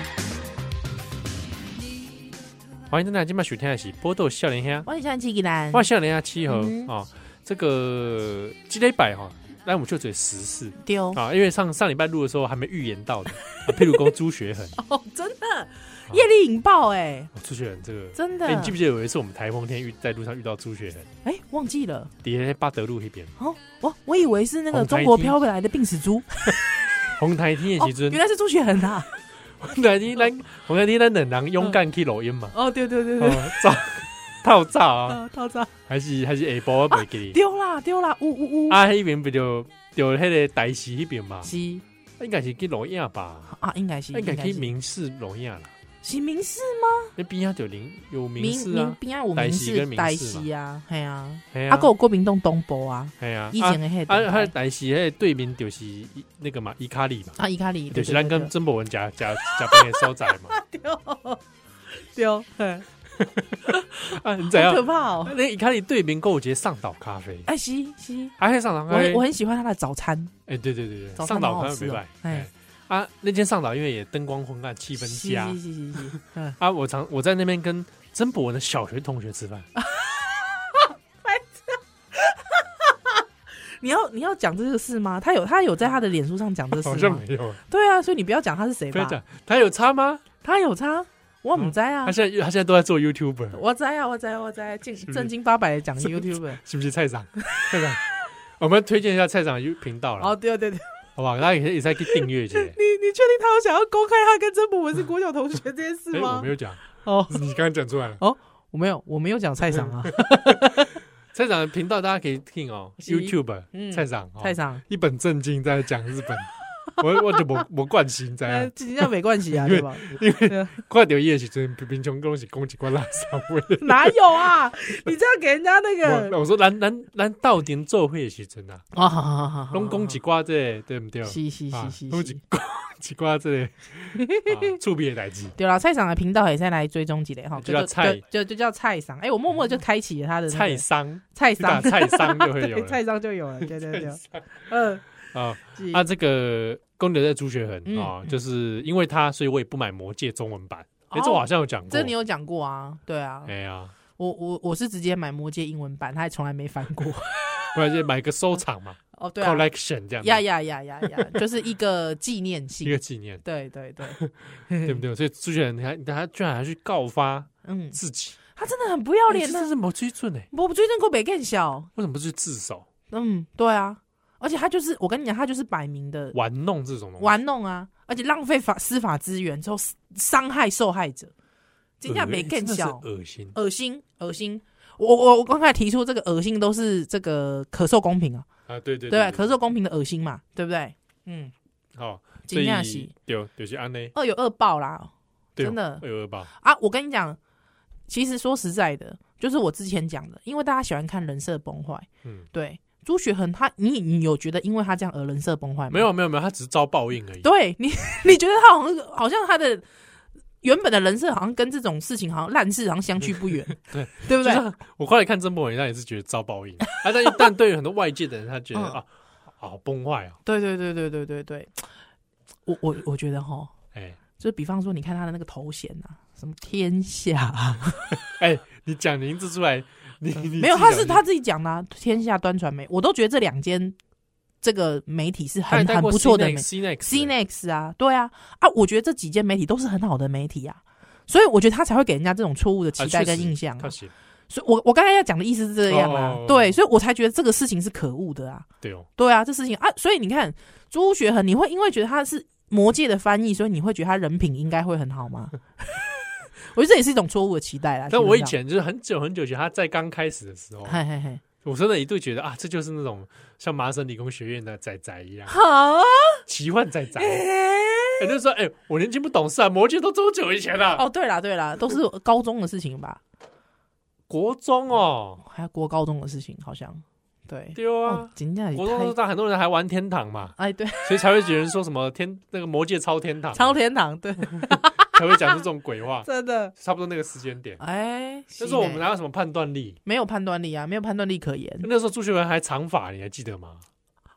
B: 欢迎大家今晚收听的是《波豆笑脸香》，
C: 我很想去宜兰。
B: 哇，笑脸香七和
C: 嗯
B: 啊，这个积累百哈，那我们就嘴时事
C: 丢
B: 啊，因为上上礼拜录的时候还没预言到的，啊譬如说朱学恒，
C: 哦， 真的业力引爆哎，
B: 哦朱学恒这个
C: 真的
B: 哎你记不记得有一次我们台风天遇在路上遇到朱雪恒，
C: 哎，忘记了
B: 底下巴德路那边，
C: 哦，我我以为是那个
B: 红台
C: 中国
B: 梯
C: 飘回来的病死猪，
B: 红台天的
C: 哦，
B: 时阵
C: 原，来是朱雪恒啊。
B: 红台天咱红台天咱两人勇敢去录音嘛，
C: 哦，对对对对，
B: 哦，炸套炸 啊，
C: 啊，套餐
B: 还是还是下晡我
C: 啊
B: 袂记得，
C: 丢啦丢啦，呜呜呜，
B: 啊那边不就就那个台西那边嘛，
C: 是
B: 应该是去录影吧，
C: 啊，应该是
B: 应该去
C: 是
B: 民事录影啦，
C: 是民事
B: 那边啊就林有民
C: 民
B: 事
C: 民
B: 啊，
C: 边啊，我
B: 台
C: 民
B: 西
C: 事
B: 跟民
C: 台
B: 事嘛
C: 西啊，系啊，
B: 哎
C: 啊，还有郭明栋东波啊，
B: 哎呀，
C: 以
B: 啊
C: 前的黑
B: 啊，还有台西那个对面就是伊那个嘛伊卡里嘛，
C: 啊，伊卡里
B: 就是咱跟
C: 对
B: 曾博文夹夹夹边的所在嘛。
C: 对对对对丢丢，嘿
B: 啊，你怎
C: 好可
B: 样？
C: 怕哦！
B: 那你看你对面购节上岛咖啡，
C: 哎，西西，
B: 还可以上岛
C: 我
B: 咖啡
C: 很我。很喜欢他的早餐，
B: 哎，对对对对，
C: 早
B: 上
C: 餐
B: 岛
C: 好
B: 咖
C: 好吃
B: 啡
C: 哦
B: 没败。
C: 哎
B: 哎啊，那天上岛因为也灯光昏暗，气氛
C: 西
B: 佳
C: 西西西西，嗯，
B: 啊。我常我在那边跟曾博文的小学同学吃饭，
C: 你要你要讲这个事吗？他有他有在他的脸书上讲这
B: 好
C: 事
B: 像
C: 吗？
B: 没有。
C: 对啊，所以你不要讲他是谁
B: 不要
C: 吧，
B: 讲，他有差吗？
C: 他有差，我唔知啊
B: 他，现在他现在都在做 YouTuber，
C: 我知啊，我知啊，我知啊，
B: 嗯
C: 正
B: 不是
C: 正经八百地讲
B: 是
C: YouTube，
B: 是不是蔡长？蔡长，我们推荐一下蔡长的 You 频道了，
C: 哦，
B: 好
C: 对对对，
B: 不好？大家也也再去订阅一下。
C: 你你确定他有想要公开他跟曾博文是国小同学这件事
B: 哎，我
C: 吗
B: 没？有讲，
C: 哦，
B: 你刚刚讲出来了。
C: 我没有，我没有讲菜 场啊，
B: 蔡长的频道大家可以听哦
C: 是
B: ，YouTube
C: 嗯
B: 蔡长，哦
C: 菜场，
B: 一本正经在讲日 本，我我就没没惯心
C: 呃，
B: 在，
C: 这人家没关系啊，
B: 哎因为
C: 对吧？
B: 快点夜时阵贫穷东西攻击关垃圾味。
C: 哪有啊？你这样给人家那个
B: 我我说咱咱咱到点做会时阵啊，
C: 啊，好好好好，
B: 拢攻击瓜这个对不对？
C: 是是
B: 啊
C: 是是
B: 拢
C: 是
B: 是。一瓜这个 啊触壁的代志。
C: 对啦，菜场的频道也再来追踪几类哈，
B: 就叫菜
C: 就就就叫菜场。哎、我默默就开启了他的、那
B: 菜
C: 个
B: 商，
C: 菜
B: 你打
C: 场，
B: 菜商就会有
C: 对，
B: 了
C: 菜场就有了，对对对，嗯，
B: 啊
C: 是
B: 啊！这个功德在朱学恒
C: 嗯
B: 啊，就是因为他，所以我也不买《魔戒》中文版。哎，
C: 哦
B: 这我好像有讲过，
C: 这你有讲过啊？对啊，
B: 哎呀，
C: 我我我是直接买《魔戒》英文版，他也从来没翻过。
B: 不然就买个收藏嘛
C: 哦，对啊，
B: ，collection 这样子，
C: 呀呀呀呀呀，就是一个纪念
B: 一
C: 性
B: 个。纪念，
C: 对对 对，
B: 对不对？所以朱学恒他他居然还去告发
C: 嗯，
B: 自己，
C: 他真的很不要
B: 哎
C: 脸
B: 这
C: 呢、
B: 真是没水准哎！
C: 我最近过北更小，
B: 为什么不去自首
C: 嗯，对啊，而且他就是我跟你讲，他就是摆明的
B: 玩弄这种东西？
C: 玩弄啊，而且浪费法司法资源之后伤害受害者，真
B: 恶
C: 的没
B: 哎真
C: 更
B: 的是
C: 小，
B: 恶心，
C: 恶心恶心。我我我刚才提出这个恶心都是这个可受公平啊，
B: 啊！对对
C: 对吧？可受公平的恶心嘛，对不对？嗯，
B: 好，所
C: 尽
B: 以
C: 量洗
B: 对哦就是安内，
C: 哦恶有恶报啦
B: 对哦哎
C: 真的
B: 恶有恶报，
C: 啊！我跟你讲，其实说实在的，就是我之前讲的，因为大家喜欢看人设崩坏，
B: 嗯，
C: 对朱雪恒他，你你有觉得因为他这样而人设崩坏吗？
B: 没有没有没有，他只是遭报应而已。，
C: 对啊你， 你觉得他好像好像他的原本的人设好像跟这种事情好像烂事好像相去不远
B: 对
C: 对不
B: 就
C: 对？
B: 像我后来看曾博文，他也是觉得遭报应啊，但但对于很多外界的人，他觉得
C: 嗯
B: 啊，好崩坏啊，
C: 对对对对对对对，我我我觉得哈，
B: 哎
C: 就比方说你看他的那个头衔啊，什么天下啊，
B: 哎，你讲名字出来，你你
C: 没有，
B: 自己
C: 他
B: 讲
C: 是他自己讲的、啊，天下端传媒，我都觉得这两间这个媒体是很很不错的媒
B: C Next
C: c n e x 啊，对啊啊，我觉得这几间媒体都是很好的媒体啊。所以我觉得他才会给人家这种错误的期待跟印象、啊
B: 他写
C: 所以我我刚才要讲的意思是这样啊
B: 哦
C: 对，所以我才觉得这个事情是可恶的啊，
B: 对哦，
C: 对啊，这事情啊，所以你看朱学恒，你会因为觉得他是魔界的翻译，所以你会觉得他人品应该会很好吗？ 我觉得这也是一种错误的期待啦。
B: 但
C: 基本
B: 我以
C: 上，
B: 前就是很久很久以前，他在刚开始的时候，
C: 嘿嘿嘿，
B: 我真的一度觉得啊，这就是那种像麻省理工学院的仔仔一样，
C: 好，
B: 奇幻仔仔。
C: 哎
B: 哎，就说哎，我年轻不懂事啊，魔戒都多久以前了？
C: 哦，对啦对啦，都是高中的事情吧，
B: 国中哦，
C: 还有国高中的事情，好像对。
B: 对啊
C: 哦，，真的也
B: 国中都
C: 太
B: 知道很多人还玩天堂嘛。
C: 哎，对，
B: 所以才会有人说什么天那个魔界超天堂，
C: 超天 堂，对，，
B: 才会讲出这种鬼话
C: 真的，
B: 差不多那个时间点。
C: 哎，
B: 那时候我们
C: 呢
B: 哪有什么判断力？
C: 没有判断力啊，没有判断力可言，
B: 那时候朱学文还长发，你还记得吗？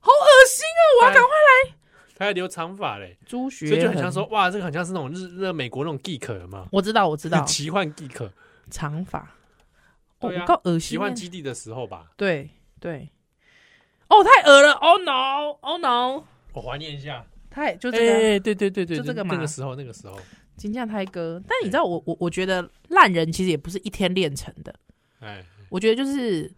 C: 好恶心啊！
B: 我要赶快来，他还留长发嘞，
C: 朱
B: 所
C: 学
B: 以就很
C: 恒
B: 像说，哇，这个很像是那种日那美国那种 geek 有没有
C: 我知道，我 知道，
B: 奇幻 geek，
C: 长发，哦，
B: 对啊
C: 我够恶
B: 奇
C: 心欸，
B: 幻基地的时候吧，
C: 对对，哦，太恶了，Oh no，Oh no，
B: 我怀念一下。
C: 太就这个
B: 哎，对对对对，
C: 就这个嘛
B: 那个时候那个时候，
C: 金价太割，但你知道我我我觉得烂人其实也不是一天练成的，
B: 哎，
C: 我觉得就是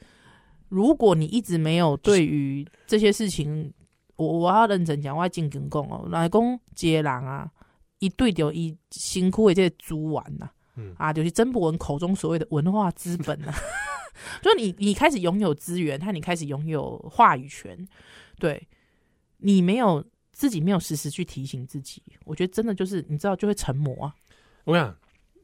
C: 如果你一直没有对于这些事情，我我要认真讲，我要进跟讲哦，来讲接人啊，一对着一辛苦的这些猪丸呐、
B: 嗯
C: 啊，就是曾博文口中所谓的文化资本啊， 就是你你开始拥有资源，和你开始拥有话语权，对你没有自己没有时时去提醒自己，我觉得真的就是你知道就会成魔啊
B: 我跟你讲，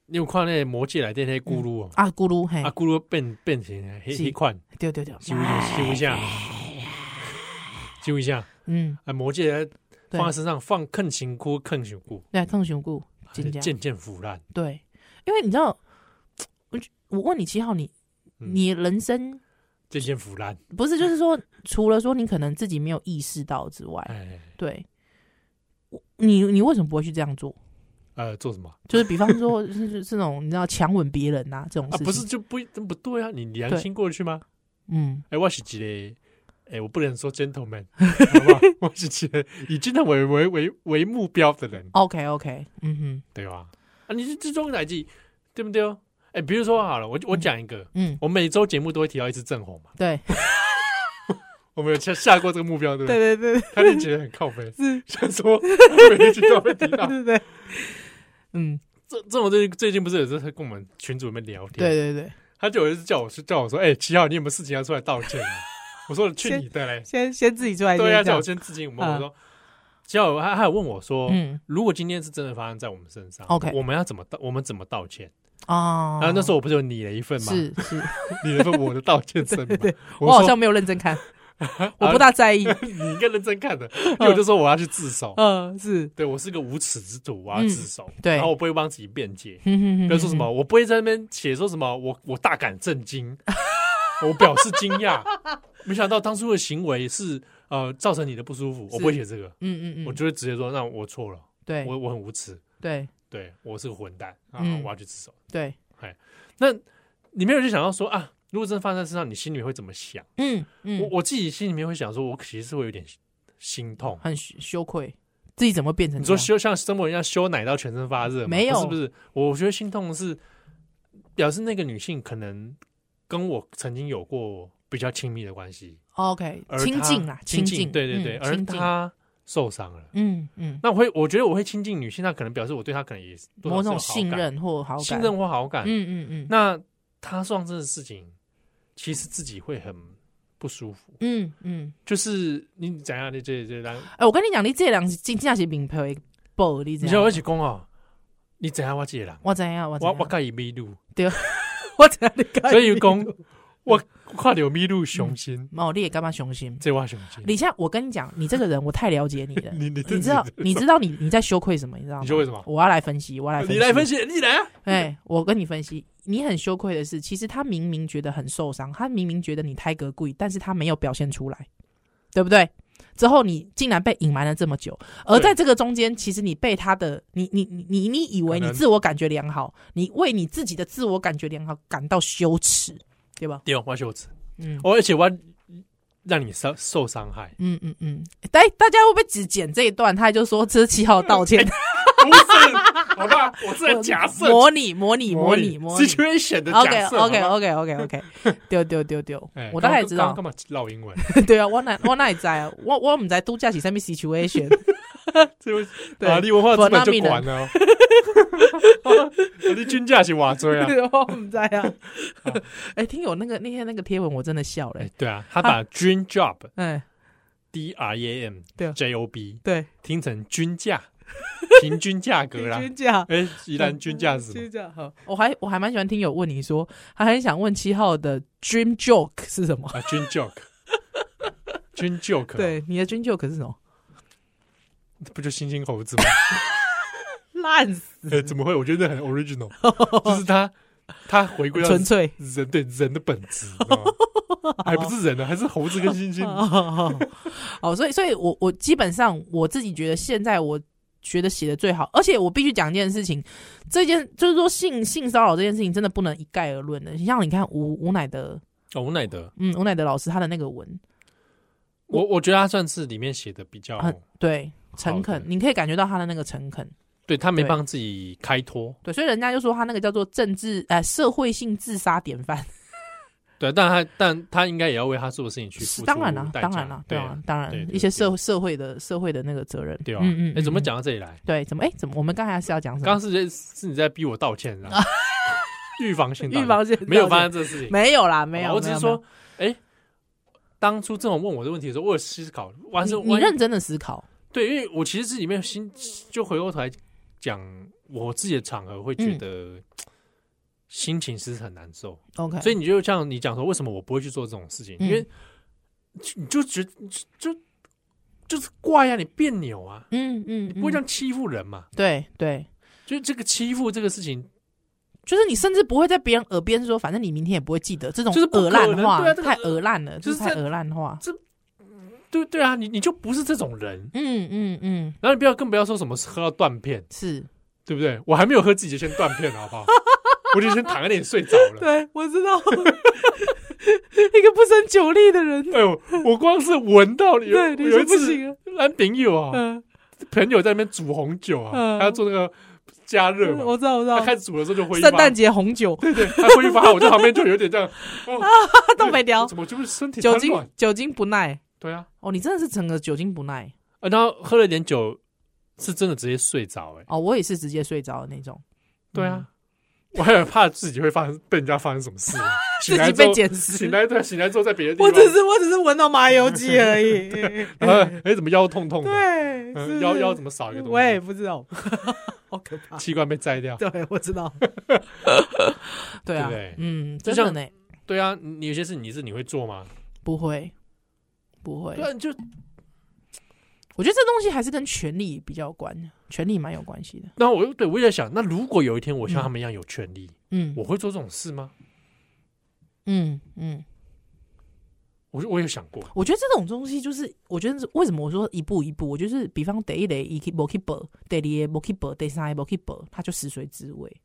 B: 你有看那魔界来的那些咕噜哦，
C: 啊咕噜嘿，
B: 啊咕噜变变成黑
C: 是哎
B: 黑款，
C: 对对对，
B: 修一
C: 哎
B: 修一下，修一下。
C: 嗯，
B: 啊，魔戒
C: 对
B: 放在身上放更辛苦，更辛苦，啊
C: 对，更雄固，真的
B: 渐渐腐烂。
C: 对，因为你知道，我就我问你七号，你
B: 嗯
C: 你人生
B: 渐渐腐烂，
C: 不是就是说，除了说你可能自己没有意识到之外，
B: 哎，
C: 对，我你你为什么不会去这样做？
B: 呃，做什么
C: 就是比方 说，是是这种你知道强吻别人呐、这种
B: 啊
C: 事？情，
B: 不是就不真不对啊？你良心过得去吗？
C: 嗯，
B: 哎，我是几嘞？哎，我不能说 gentleman，好不好？我是几嘞？以 gentleman 为为为为目标的人，
C: OK OK，嗯哼，
B: 对吧？啊，你是这种代际，对不对？哦？哎，比如说好了，我我讲一个，
C: 嗯，
B: 我每周节目都会提到一次正红嘛，
C: 对，
B: 我们有下下过这个目标，对不对？
C: 对对对
B: 他就觉得很靠背，
C: 是
B: 想说每一句都会提 到。
C: 对对，嗯，
B: 这这我最最近不是有时候跟我们群主里面聊天，
C: 对对对，
B: 他就有一次叫我说叫我说，哎、七号你有没有事情要出来道歉啊？ 我说去你的嘞，
C: 先先自己出来
B: 对啊，
C: 先这
B: 叫
C: 样
B: 我先致敬。我
C: 嗯
B: 我说，七号他还有问我说，
C: 嗯
B: 如果今天是真的发生在我们身上
C: OK
B: 我们要怎么道，我们怎么道歉？
C: 啊，
B: 然后那时候我不是有拟了一份吗？
C: 是 是，
B: 拟了一份我的道歉声明
C: 对
B: 嘛。
C: 我
B: 说
C: 好像没有认真看，我不大在意，
B: 你应该认真看的，因为我就说我要去自首，
C: 嗯，是，
B: 对我是个无耻之徒，我要
C: 嗯
B: 自首，
C: 对
B: 然后我不会帮自己辩解，
C: 哼哼哼
B: 不要说什么，我不会在那边写说什么，我我大感震惊，我表示惊讶， 没想到当初的行为是呃造成你的不舒服，我不会写这个，
C: 嗯嗯嗯，
B: 我就会直接说，那我错了，
C: 对
B: 我我很无耻，
C: 对
B: 对我是个混蛋啊，
C: 嗯
B: 我要去自首。
C: 对，
B: 那你没有去想要说啊，如果真的发生在身上，你心里面会怎么想？
C: 嗯
B: 我
C: 嗯，
B: 我自己心里面会想说，我其实是会有点心痛。
C: 很羞羞愧，自己怎么会变成
B: 你
C: 这
B: 说
C: 样？
B: 修像生活一样修奶到全身发热吗，
C: 没有
B: 不是不是？我觉得心痛的是表示那个女性可能跟我曾经有过比较亲密的关系，
C: 哦 OK，
B: 而
C: 亲
B: 她
C: 近啦，
B: 亲
C: 近，
B: 对对对，
C: 嗯
B: 而
C: 亲近
B: 她受伤了。
C: 嗯嗯，
B: 那我会，我觉得我会亲近女性，那可能表示我对她可能也是多少
C: 某种
B: 是有
C: 信
B: 好感、
C: 任或好感，
B: 信任或好感。
C: 嗯嗯嗯，
B: 那她受伤这件事情，其实自己会很不舒服。
C: 嗯嗯，
B: 就是你怎样，你这这这，
C: 哎，我跟你讲，你这两是真正是名牌报，你知
B: 你像
C: 道
B: 我
C: 吗
B: 一？起讲哦，你怎样我这个人，
C: 我知影，我知
B: 我我
C: 影，
B: 介意迷路。
C: 我知哎影你 讲，
B: 所以讲，我跨流迷路雄心，
C: 哦，你也干嘛雄心？
B: 这我雄心。
C: 李夏，我跟你讲，你这个人我太了解你 了，
B: 你你
C: 你知道，你知道你你在羞愧什么？你知道吗？
B: 你羞愧什么
C: 我要来分析，我要来分析，
B: 你来分。析，你来啊！
C: 哎，我跟你分析，你很羞愧的是，其实他明明觉得很受伤，他明明觉得你太格贵，但是他没有表现出来，对不对？之后你竟然被隐瞒了这么久，而
B: 对
C: 在这个中间，其实你被他的你你你你你以为
B: 可
C: 你
B: 能
C: 自我感觉良好，你为你自己的自我感觉良好感到羞耻，对吧？
B: 对，我羞耻，
C: 嗯，
B: 哦我而且我让你受受伤害
C: 嗯嗯嗯，大大家会不会只剪这一段？他就说这是七号道歉，
B: 不是，好吧？我是在哎假 设
C: 模拟模拟模拟
B: 拟
C: 模拟。
B: situation 的
C: OK
B: 假设。
C: OK
B: 好吧
C: OK OK OK，丢丢丢丢
B: 哎，
C: 我大概
B: 刚
C: 知道
B: 刚。刚干嘛绕英 文？
C: 对啊，我哪我哪会知啊？我我唔知度假是什 么 situation，
B: 这位
C: 对
B: 玛丽文化资本就管了哦。 你均价是瓦 追啊？
C: 我唔知啊。 哎，听友那个那天那个贴文，我真的笑了
B: 哎。，对啊，他把 dream job
C: 哎，
B: D R E A M
C: 对啊
B: J O B
C: 对，
B: 听成均 价，平均价格啦。
C: 均价，
B: 哎，宜兰均价是什么
C: 均？价好。我还我还蛮喜欢听友问你说，还很想问七号的 dream joke 是什么？
B: 啊，均 joke，均 joke，，
C: 对，你的 dream joke 是什么？
B: 啊不就猩猩猴子 吗？
C: 烂死，
B: 哎，怎么会？我觉得很 original，就是他他回归到
C: 纯粹。
B: 人对人的本质，你知道吗还不是人啊呢，还是猴子跟猩 猩。
C: 哦，哦，所以，所以我我基本上我自己觉得现在我觉得写的最好，而且我必须讲一件事情，这件就是说性性骚扰这件事情真的不能一概而论的。你像你看吴吴乃德，
B: 哦，无奈德，
C: 嗯，吴乃德老师他的那个文
B: 我我觉得他算是里面写的比较，
C: 很对诚
B: 好
C: 恳
B: 的，
C: 你可以感觉到他的那个诚恳。
B: 对他没
C: 对
B: 帮自己开脱，
C: 对，所以人家就说他那个叫做政治呃社会性自杀典范，
B: 对，但他但他应该也要为他做的事情去付
C: 是
B: 出
C: 当然啦，
B: 代
C: 当然
B: 价
C: 啦，
B: 对
C: 当
B: 啊
C: 然，当然
B: 对对
C: 一些社
B: 对
C: 社会的社会的那个责任，
B: 对啊，
C: 嗯嗯，
B: 哎，怎么
C: 嗯？
B: 讲到这里来？
C: 对，怎么哎，怎么我们刚才是要讲什
B: 刚
C: 么？
B: 刚是是你在逼我道歉，是 吧预防性道歉
C: 预防性
B: 没有
C: 道歉
B: 发生这个事情，
C: 没有啦，没有，
B: 我只
C: 没
B: 是
C: 有
B: 说，哎、当初郑总问我的问题的时候，我有思考，完是
C: 你你认真的思考，
B: 对，因为我其实是里面心就回过头来讲我自己的场合，会
C: 嗯
B: 觉得心情是很难受，
C: OK，
B: 所
C: 以
B: 以你就像你讲说，为什么我不会去做这种事情？
C: 嗯
B: 因为你就觉得就就是怪呀、啊，你别扭啊，
C: 嗯嗯，
B: 不会这
C: 嗯
B: 样欺负人嘛？
C: 对对
B: 就是这个欺负这个事情，
C: 就是你甚至不会在别人耳边说，反正你明天也不会记得这种
B: 就是不
C: 耳
B: 可
C: 烂
B: 能
C: 话，
B: 对啊这个
C: 太耳烂了，
B: 就是
C: 太
B: 在
C: 耳烂话。
B: 对对啊，你你就不是这种人，
C: 嗯嗯嗯，
B: 然后你不要更不要说什么喝到断片，
C: 是，
B: 对不对？我还没有喝自己就先断片了，好不 好？我就先躺在那里睡着了。
C: 对我知道， 一个不胜酒力的人，
B: 哎呦，我光是闻到有
C: 对，你
B: 有
C: 是
B: 一
C: 不
B: 次
C: 行啊。
B: 男朋友啊，
C: 嗯，
B: 朋友在那边煮红酒啊，
C: 嗯
B: 他要做那个加热嘛，
C: 我知道，我知
B: 他
C: 道。
B: 开始煮的时候就挥发，
C: 圣诞节红酒，
B: 对对，他挥发，我在旁边就有点这样， 哦、
C: 他都没 聊。
B: 怎么就是身体
C: 酒
B: 瘫
C: 精
B: 软？
C: 酒精不耐
B: 对啊，
C: 哦，你真的是整个酒精不耐
B: 啊然后喝了点酒，是真的直接睡着、哎，
C: 哦，我也是直接睡着的那种。嗯
B: 对啊，我还很怕自己会发生被人家发生什么事，啊
C: 自
B: 醒来
C: 己
B: 之
C: 被
B: 后，
C: 捡尸
B: 醒。来对，醒来之后在别的地
C: 我只
B: 方，
C: 是我只是闻到麻油鸡 而已。
B: 然后哎怎么腰痛痛的，
C: 对，
B: 嗯
C: 是
B: 腰腰
C: 么
B: 怎么少一个东
C: 我也
B: 西，
C: 不知道， 好可怕。
B: 器官被摘掉，
C: 对，我 知道。对
B: 对
C: 啊
B: 不对，
C: 嗯，
B: 就
C: 真
B: 像
C: 的呢，
B: 对啊，你有些事你是你会做吗？
C: 不会，不会
B: 对。啊，你就
C: 我觉得这东西还是跟权力比较有关，权力蛮有关系的。
B: 那我又对我也在想，那如果有一天我像他们一样有权利，
C: 嗯
B: 我会做这种事吗？
C: 嗯嗯，
B: 我我有想过，
C: 我觉得这种东西就是，我觉得是为什么我说一步一步，我就是比方第一雷一 keep keep，第二个 keep，第三个 keep，它就食髓知味，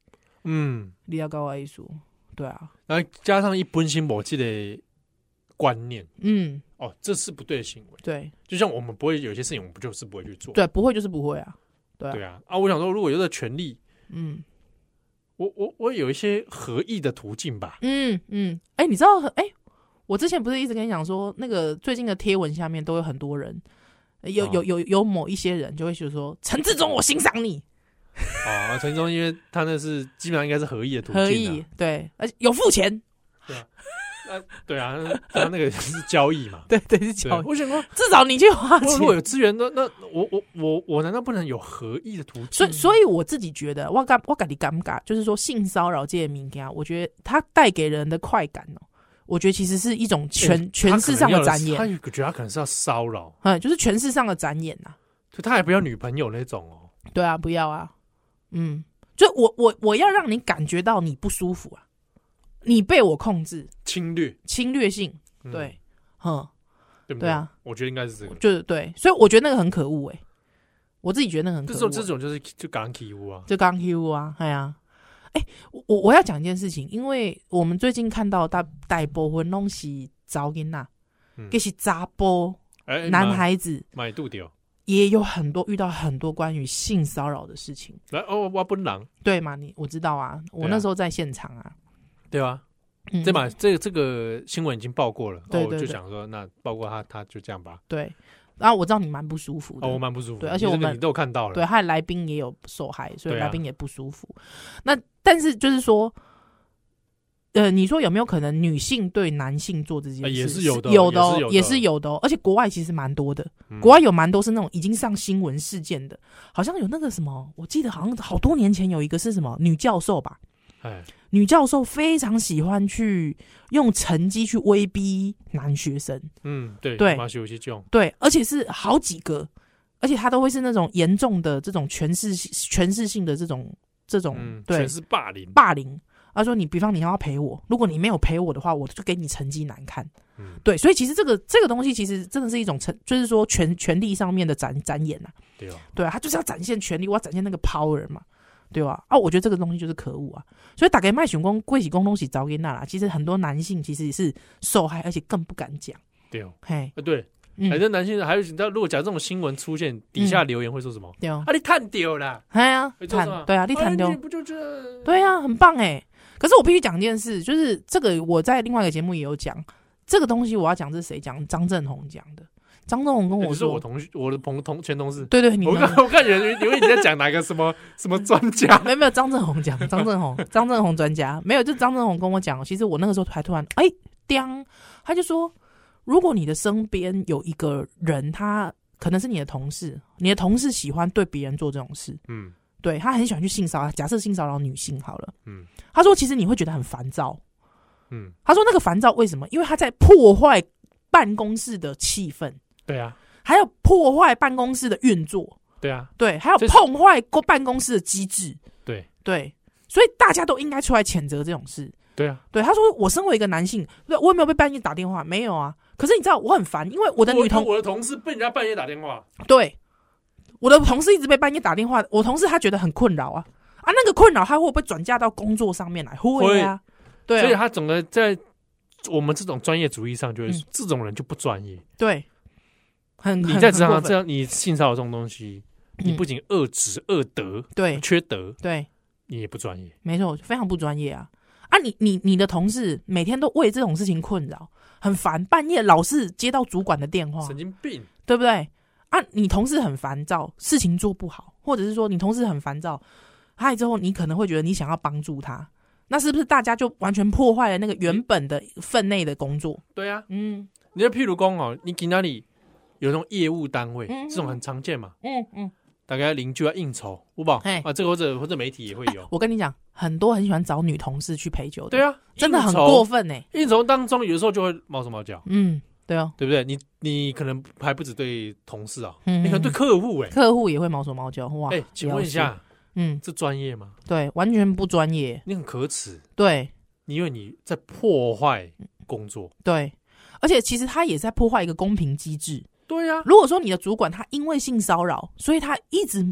B: 嗯，
C: 你要高我艺术，对啊，
B: 然后加上一本心我记的观念，
C: 嗯，
B: 哦，这是不对的行为。
C: 对
B: 就像我们不会有些事情，我们就是不会去做。
C: 对，不会就是不会啊，对啊
B: 对啊，啊，我想说，如果有这个权利，
C: 嗯
B: 我我我有一些合意的途径吧。
C: 嗯嗯，哎、你知道哎、我之前不是一直跟你讲说，那个最近的贴文下面都有很多人。有
B: 啊
C: 有有有某一些人就会就说陈志忠，我欣赏你，
B: 啊，陈忠，因为他那是基本上应该是合意的途
C: 可
B: 径、
C: 以
B: 啊。
C: 对，而且有付钱，。
B: 对啊，那他那个 是交易嘛
C: 对对是
B: 对
C: 交，易，
B: 我想说，
C: 至少你去 花
B: 我
C: 钱
B: 如。果有资源，那那我我我我难道不能有合意的途径？
C: 所以，所以我自己觉得，我感我感你尴尬，就是说性骚扰这些民间，我觉得它带给人的快感哦，我觉得其实是一
B: 哎
C: 种权、权势上的展
B: 他
C: 演，
B: 有觉得他可能是要骚扰，
C: 嗯，就是权势上的展演啊呐、
B: 就他还不要女朋友那种哦。
C: 对啊，不要啊，嗯，就我我我要让你感觉到你不舒服啊，你被我控制，
B: 侵略，
C: 侵略性，
B: 嗯
C: 对，嗯，
B: 对不
C: 对啊，
B: 我觉得应该是这个，
C: 就是对，所以我觉得那个很可恶哎、我自己觉得那个很可
B: 这
C: 恶、
B: 种
C: 欸
B: 这种就是就港企屋啊，
C: 就刚 Q 啊，哎呀、哎、我我我要讲一件事情，因为我们最近看到大大部分拢是早囡呐
B: 嗯，
C: 这是杂波
B: 哎，
C: 男
B: 买
C: 孩子
B: 买哦度掉，
C: 也有很多遇到很多关于性骚扰的事情，
B: 来哦，挖奔狼，
C: 对吗？你我知道啊，我
B: 对啊
C: 那时候在现场啊，
B: 对吧？
C: 嗯
B: 这把这这个新闻已经报过了，
C: 对
B: 哦我
C: 对
B: 就
C: 对
B: 想说，那报过他，他就这样吧。
C: 对，然后我知道你蛮不舒服的，
B: 哦，我蛮不舒服的，
C: 对而且
B: 因为
C: 我们
B: 你都有看到了，
C: 对，啊害来宾也有受害，所以
B: 对啊
C: 来宾也不舒服。那但是就是说，呃，你说有没有可能女性对男性做这件事、
B: 呃也是有的
C: 有
B: 也
C: 的
B: 是有
C: 哦，
B: 的
C: 也是有的哦。而且国外其实蛮多的，
B: 嗯
C: 国外有蛮多是那种已经上新闻事件的，好像有那个什么，我记得好像好多年前有一个是什么女教授吧，
B: 哎，
C: 女教授非常喜欢去用成绩去威逼男学生，
B: 嗯，对
C: 对
B: 马修有些这种，
C: 对，而且是好几个，而且他都会是那种严重的这种权势性权势性的这种这种、
B: 嗯，
C: 对
B: 全是霸凌，
C: 霸凌。他说你，比方你要陪我，如果你没有陪我的话，我就给你成绩难看。
B: 嗯，
C: 对，所以其实这个这个东西其实真的是一种成，就是说权权力上面的展展演呐、
B: 对哦，
C: 对啊，他就是要展现权力，我要展现那个 power 嘛，对吧、啊？我觉得这个东西就是可恶啊。所以打给麦雄公、贵喜公东西找给那啦，其实很多男性其实是受害，而且更不敢讲。
B: 对哦，
C: 嘿，
B: 啊对，
C: 嗯，
B: 反正男性还有，你知道，如果假如这种新闻出现，底下留言会说什么？
C: 对哦，
B: 啊，你看丢啦，
C: 哎呀、
B: 会做什么
C: 谈对啊，你
B: 哎
C: 谈丢
B: 你，不就这？
C: 对啊，很棒哎。可是我必须讲一件事，就是这个我在另外一个节目也有讲，这个东西我要讲是谁讲？张正宏讲的。张正宏跟
B: 哎，
C: 我
B: 你是
C: 说，
B: 我同学，我的朋同前同事。
C: 对对，你啊
B: 我
C: 们
B: 看我看有人有人在讲哪个什么什么专 家，
C: 没有没有张正宏讲，张正宏，张正宏专家没有，就张正宏跟我讲，其实我那个时候还突然哎，叮，他就说，如果你的身边有一个人，他可能是你的同事，你的同事喜欢对别人做这种事，
B: 嗯
C: 对他很喜欢去性骚扰，假设性骚扰女性好了，
B: 嗯
C: 他说其实你会觉得很烦躁，
B: 嗯，
C: 他说那个烦躁为什么？因为他在破坏办公室的气氛，
B: 对啊
C: 还有破坏办公室的运作，
B: 对啊
C: 对，还有
B: 就是
C: 碰坏过办公室的机制，
B: 对，
C: 对。所以大家都应该出来谴责这种事。
B: 对啊，
C: 对，他说我身为一个男性，对我有没有被半夜打电话？没有啊。可是你知道我很烦，因为我
B: 我
C: 的女同
B: 我的同事被人家半夜打电话，
C: 对我的同事一直被半夜打电话，我同事他觉得很困扰啊啊，那个困扰他会不会转嫁到工作上面来？会啊，对
B: 所以
C: 啊，
B: 他整个在我们这种专业主义上，就会
C: 嗯
B: 这种人就不专 业。
C: 对，很
B: 你
C: 很
B: 在职
C: 很过
B: 场
C: 分
B: 这样，你性骚扰这种东西，你
C: 嗯哎
B: 不仅恶职恶德，
C: 对
B: 缺德，
C: 对，
B: 你也不专业。
C: 没错，非常不专业啊啊！你你你的同事每天都为这种事情困扰，很烦，半夜老是接到主管的电话，
B: 神经病，
C: 对不对？啊，你同事很烦躁，事情做不好，或者是说你同事很烦躁，嗨之后你可能会觉得你想要帮助他，那是不是大家就完全破坏了那个原嗯本的分内的工作？
B: 对啊，
C: 嗯
B: 你就譬如讲哦，你给那里有那种业务单位，
C: 嗯
B: 这种很常见嘛，
C: 嗯嗯，
B: 大概邻居要应酬，好不好？
C: 嘿
B: 啊，这个或者或者媒体也会 有，
C: 我跟你讲，很多很喜欢找女同事去陪酒的，
B: 对啊，
C: 真的
B: 应
C: 很
B: 酬
C: 过。分呢、欸
B: 应酬当中，有的时候就会毛手毛脚，
C: 嗯，对哦，
B: 对不对？你你可能还不止对同事啊，
C: 嗯
B: 你可能对客户哎
C: 客户也会毛手毛脚，哇！
B: 哎，请问一
C: 了
B: 下，
C: 解，嗯，
B: 这专业吗？
C: 对，完全不专业，
B: 你很可耻，
C: 对
B: 你因为你在破坏工作。
C: 对，而且其实他也在破坏一个公平机制。
B: 对呀、
C: 如果说你的主管他因为性骚扰，所以他一直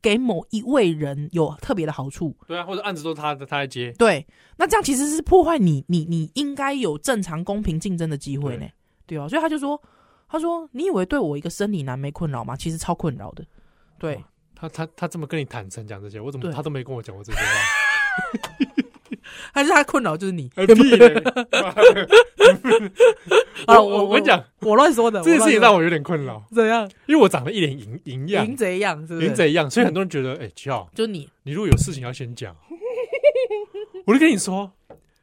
C: 给某一位人有特别的好处，
B: 对啊，或者案子都是他的，他来接。
C: 对，那这样其实是破坏你你你应该有正常公平竞争的机会呢，对啊，所以他就说，他说你以为对我一个生理男没困扰吗？其实超困扰的，对
B: 哇，他他他这么跟你坦诚讲这些，我怎么
C: 对
B: 他都没跟我讲过这 些话？
C: 还是他困扰就是你
B: 哎屁嘞
C: 啊
B: 我我我跟你讲，
C: 我乱 说的，
B: 这件事情让
C: 我
B: 我有点困扰，
C: 怎样
B: 因为我长得一脸银银样，
C: 淫贼一样，是不
B: 银
C: 是？
B: 贼一样，所以很多人觉得，哎、七号，
C: 就你
B: 你如果有事情要先 讲，我就跟你说，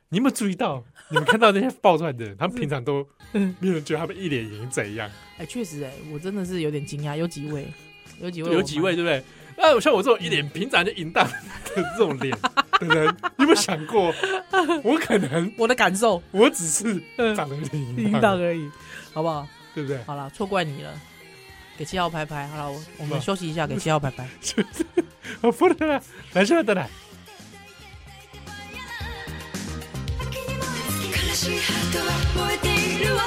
B: 你有没有注意到？你们看到那些爆出来的人，他们平常都
C: 嗯
B: 没有人觉得他们一脸淫贼一样，
C: 哎，确实哎、我真的是有点惊讶，有几位，有几位，
B: 有几位，对不对？那像我这种一脸平常就淫荡的 这种脸的人，你有没有想过，我可能
C: 我的感受
B: 我只是 长得有点淫
C: 淫
B: 荡，
C: 荡而已，好不好？
B: 对不对？
C: 好了，错怪你了，给七号拍拍。好了，我我
B: 是吧
C: 们休息一下，给七号拍拍。
B: 我不能来，来是的来，
A: 「秋に燃え尽き悲しいハートは燃えているわ」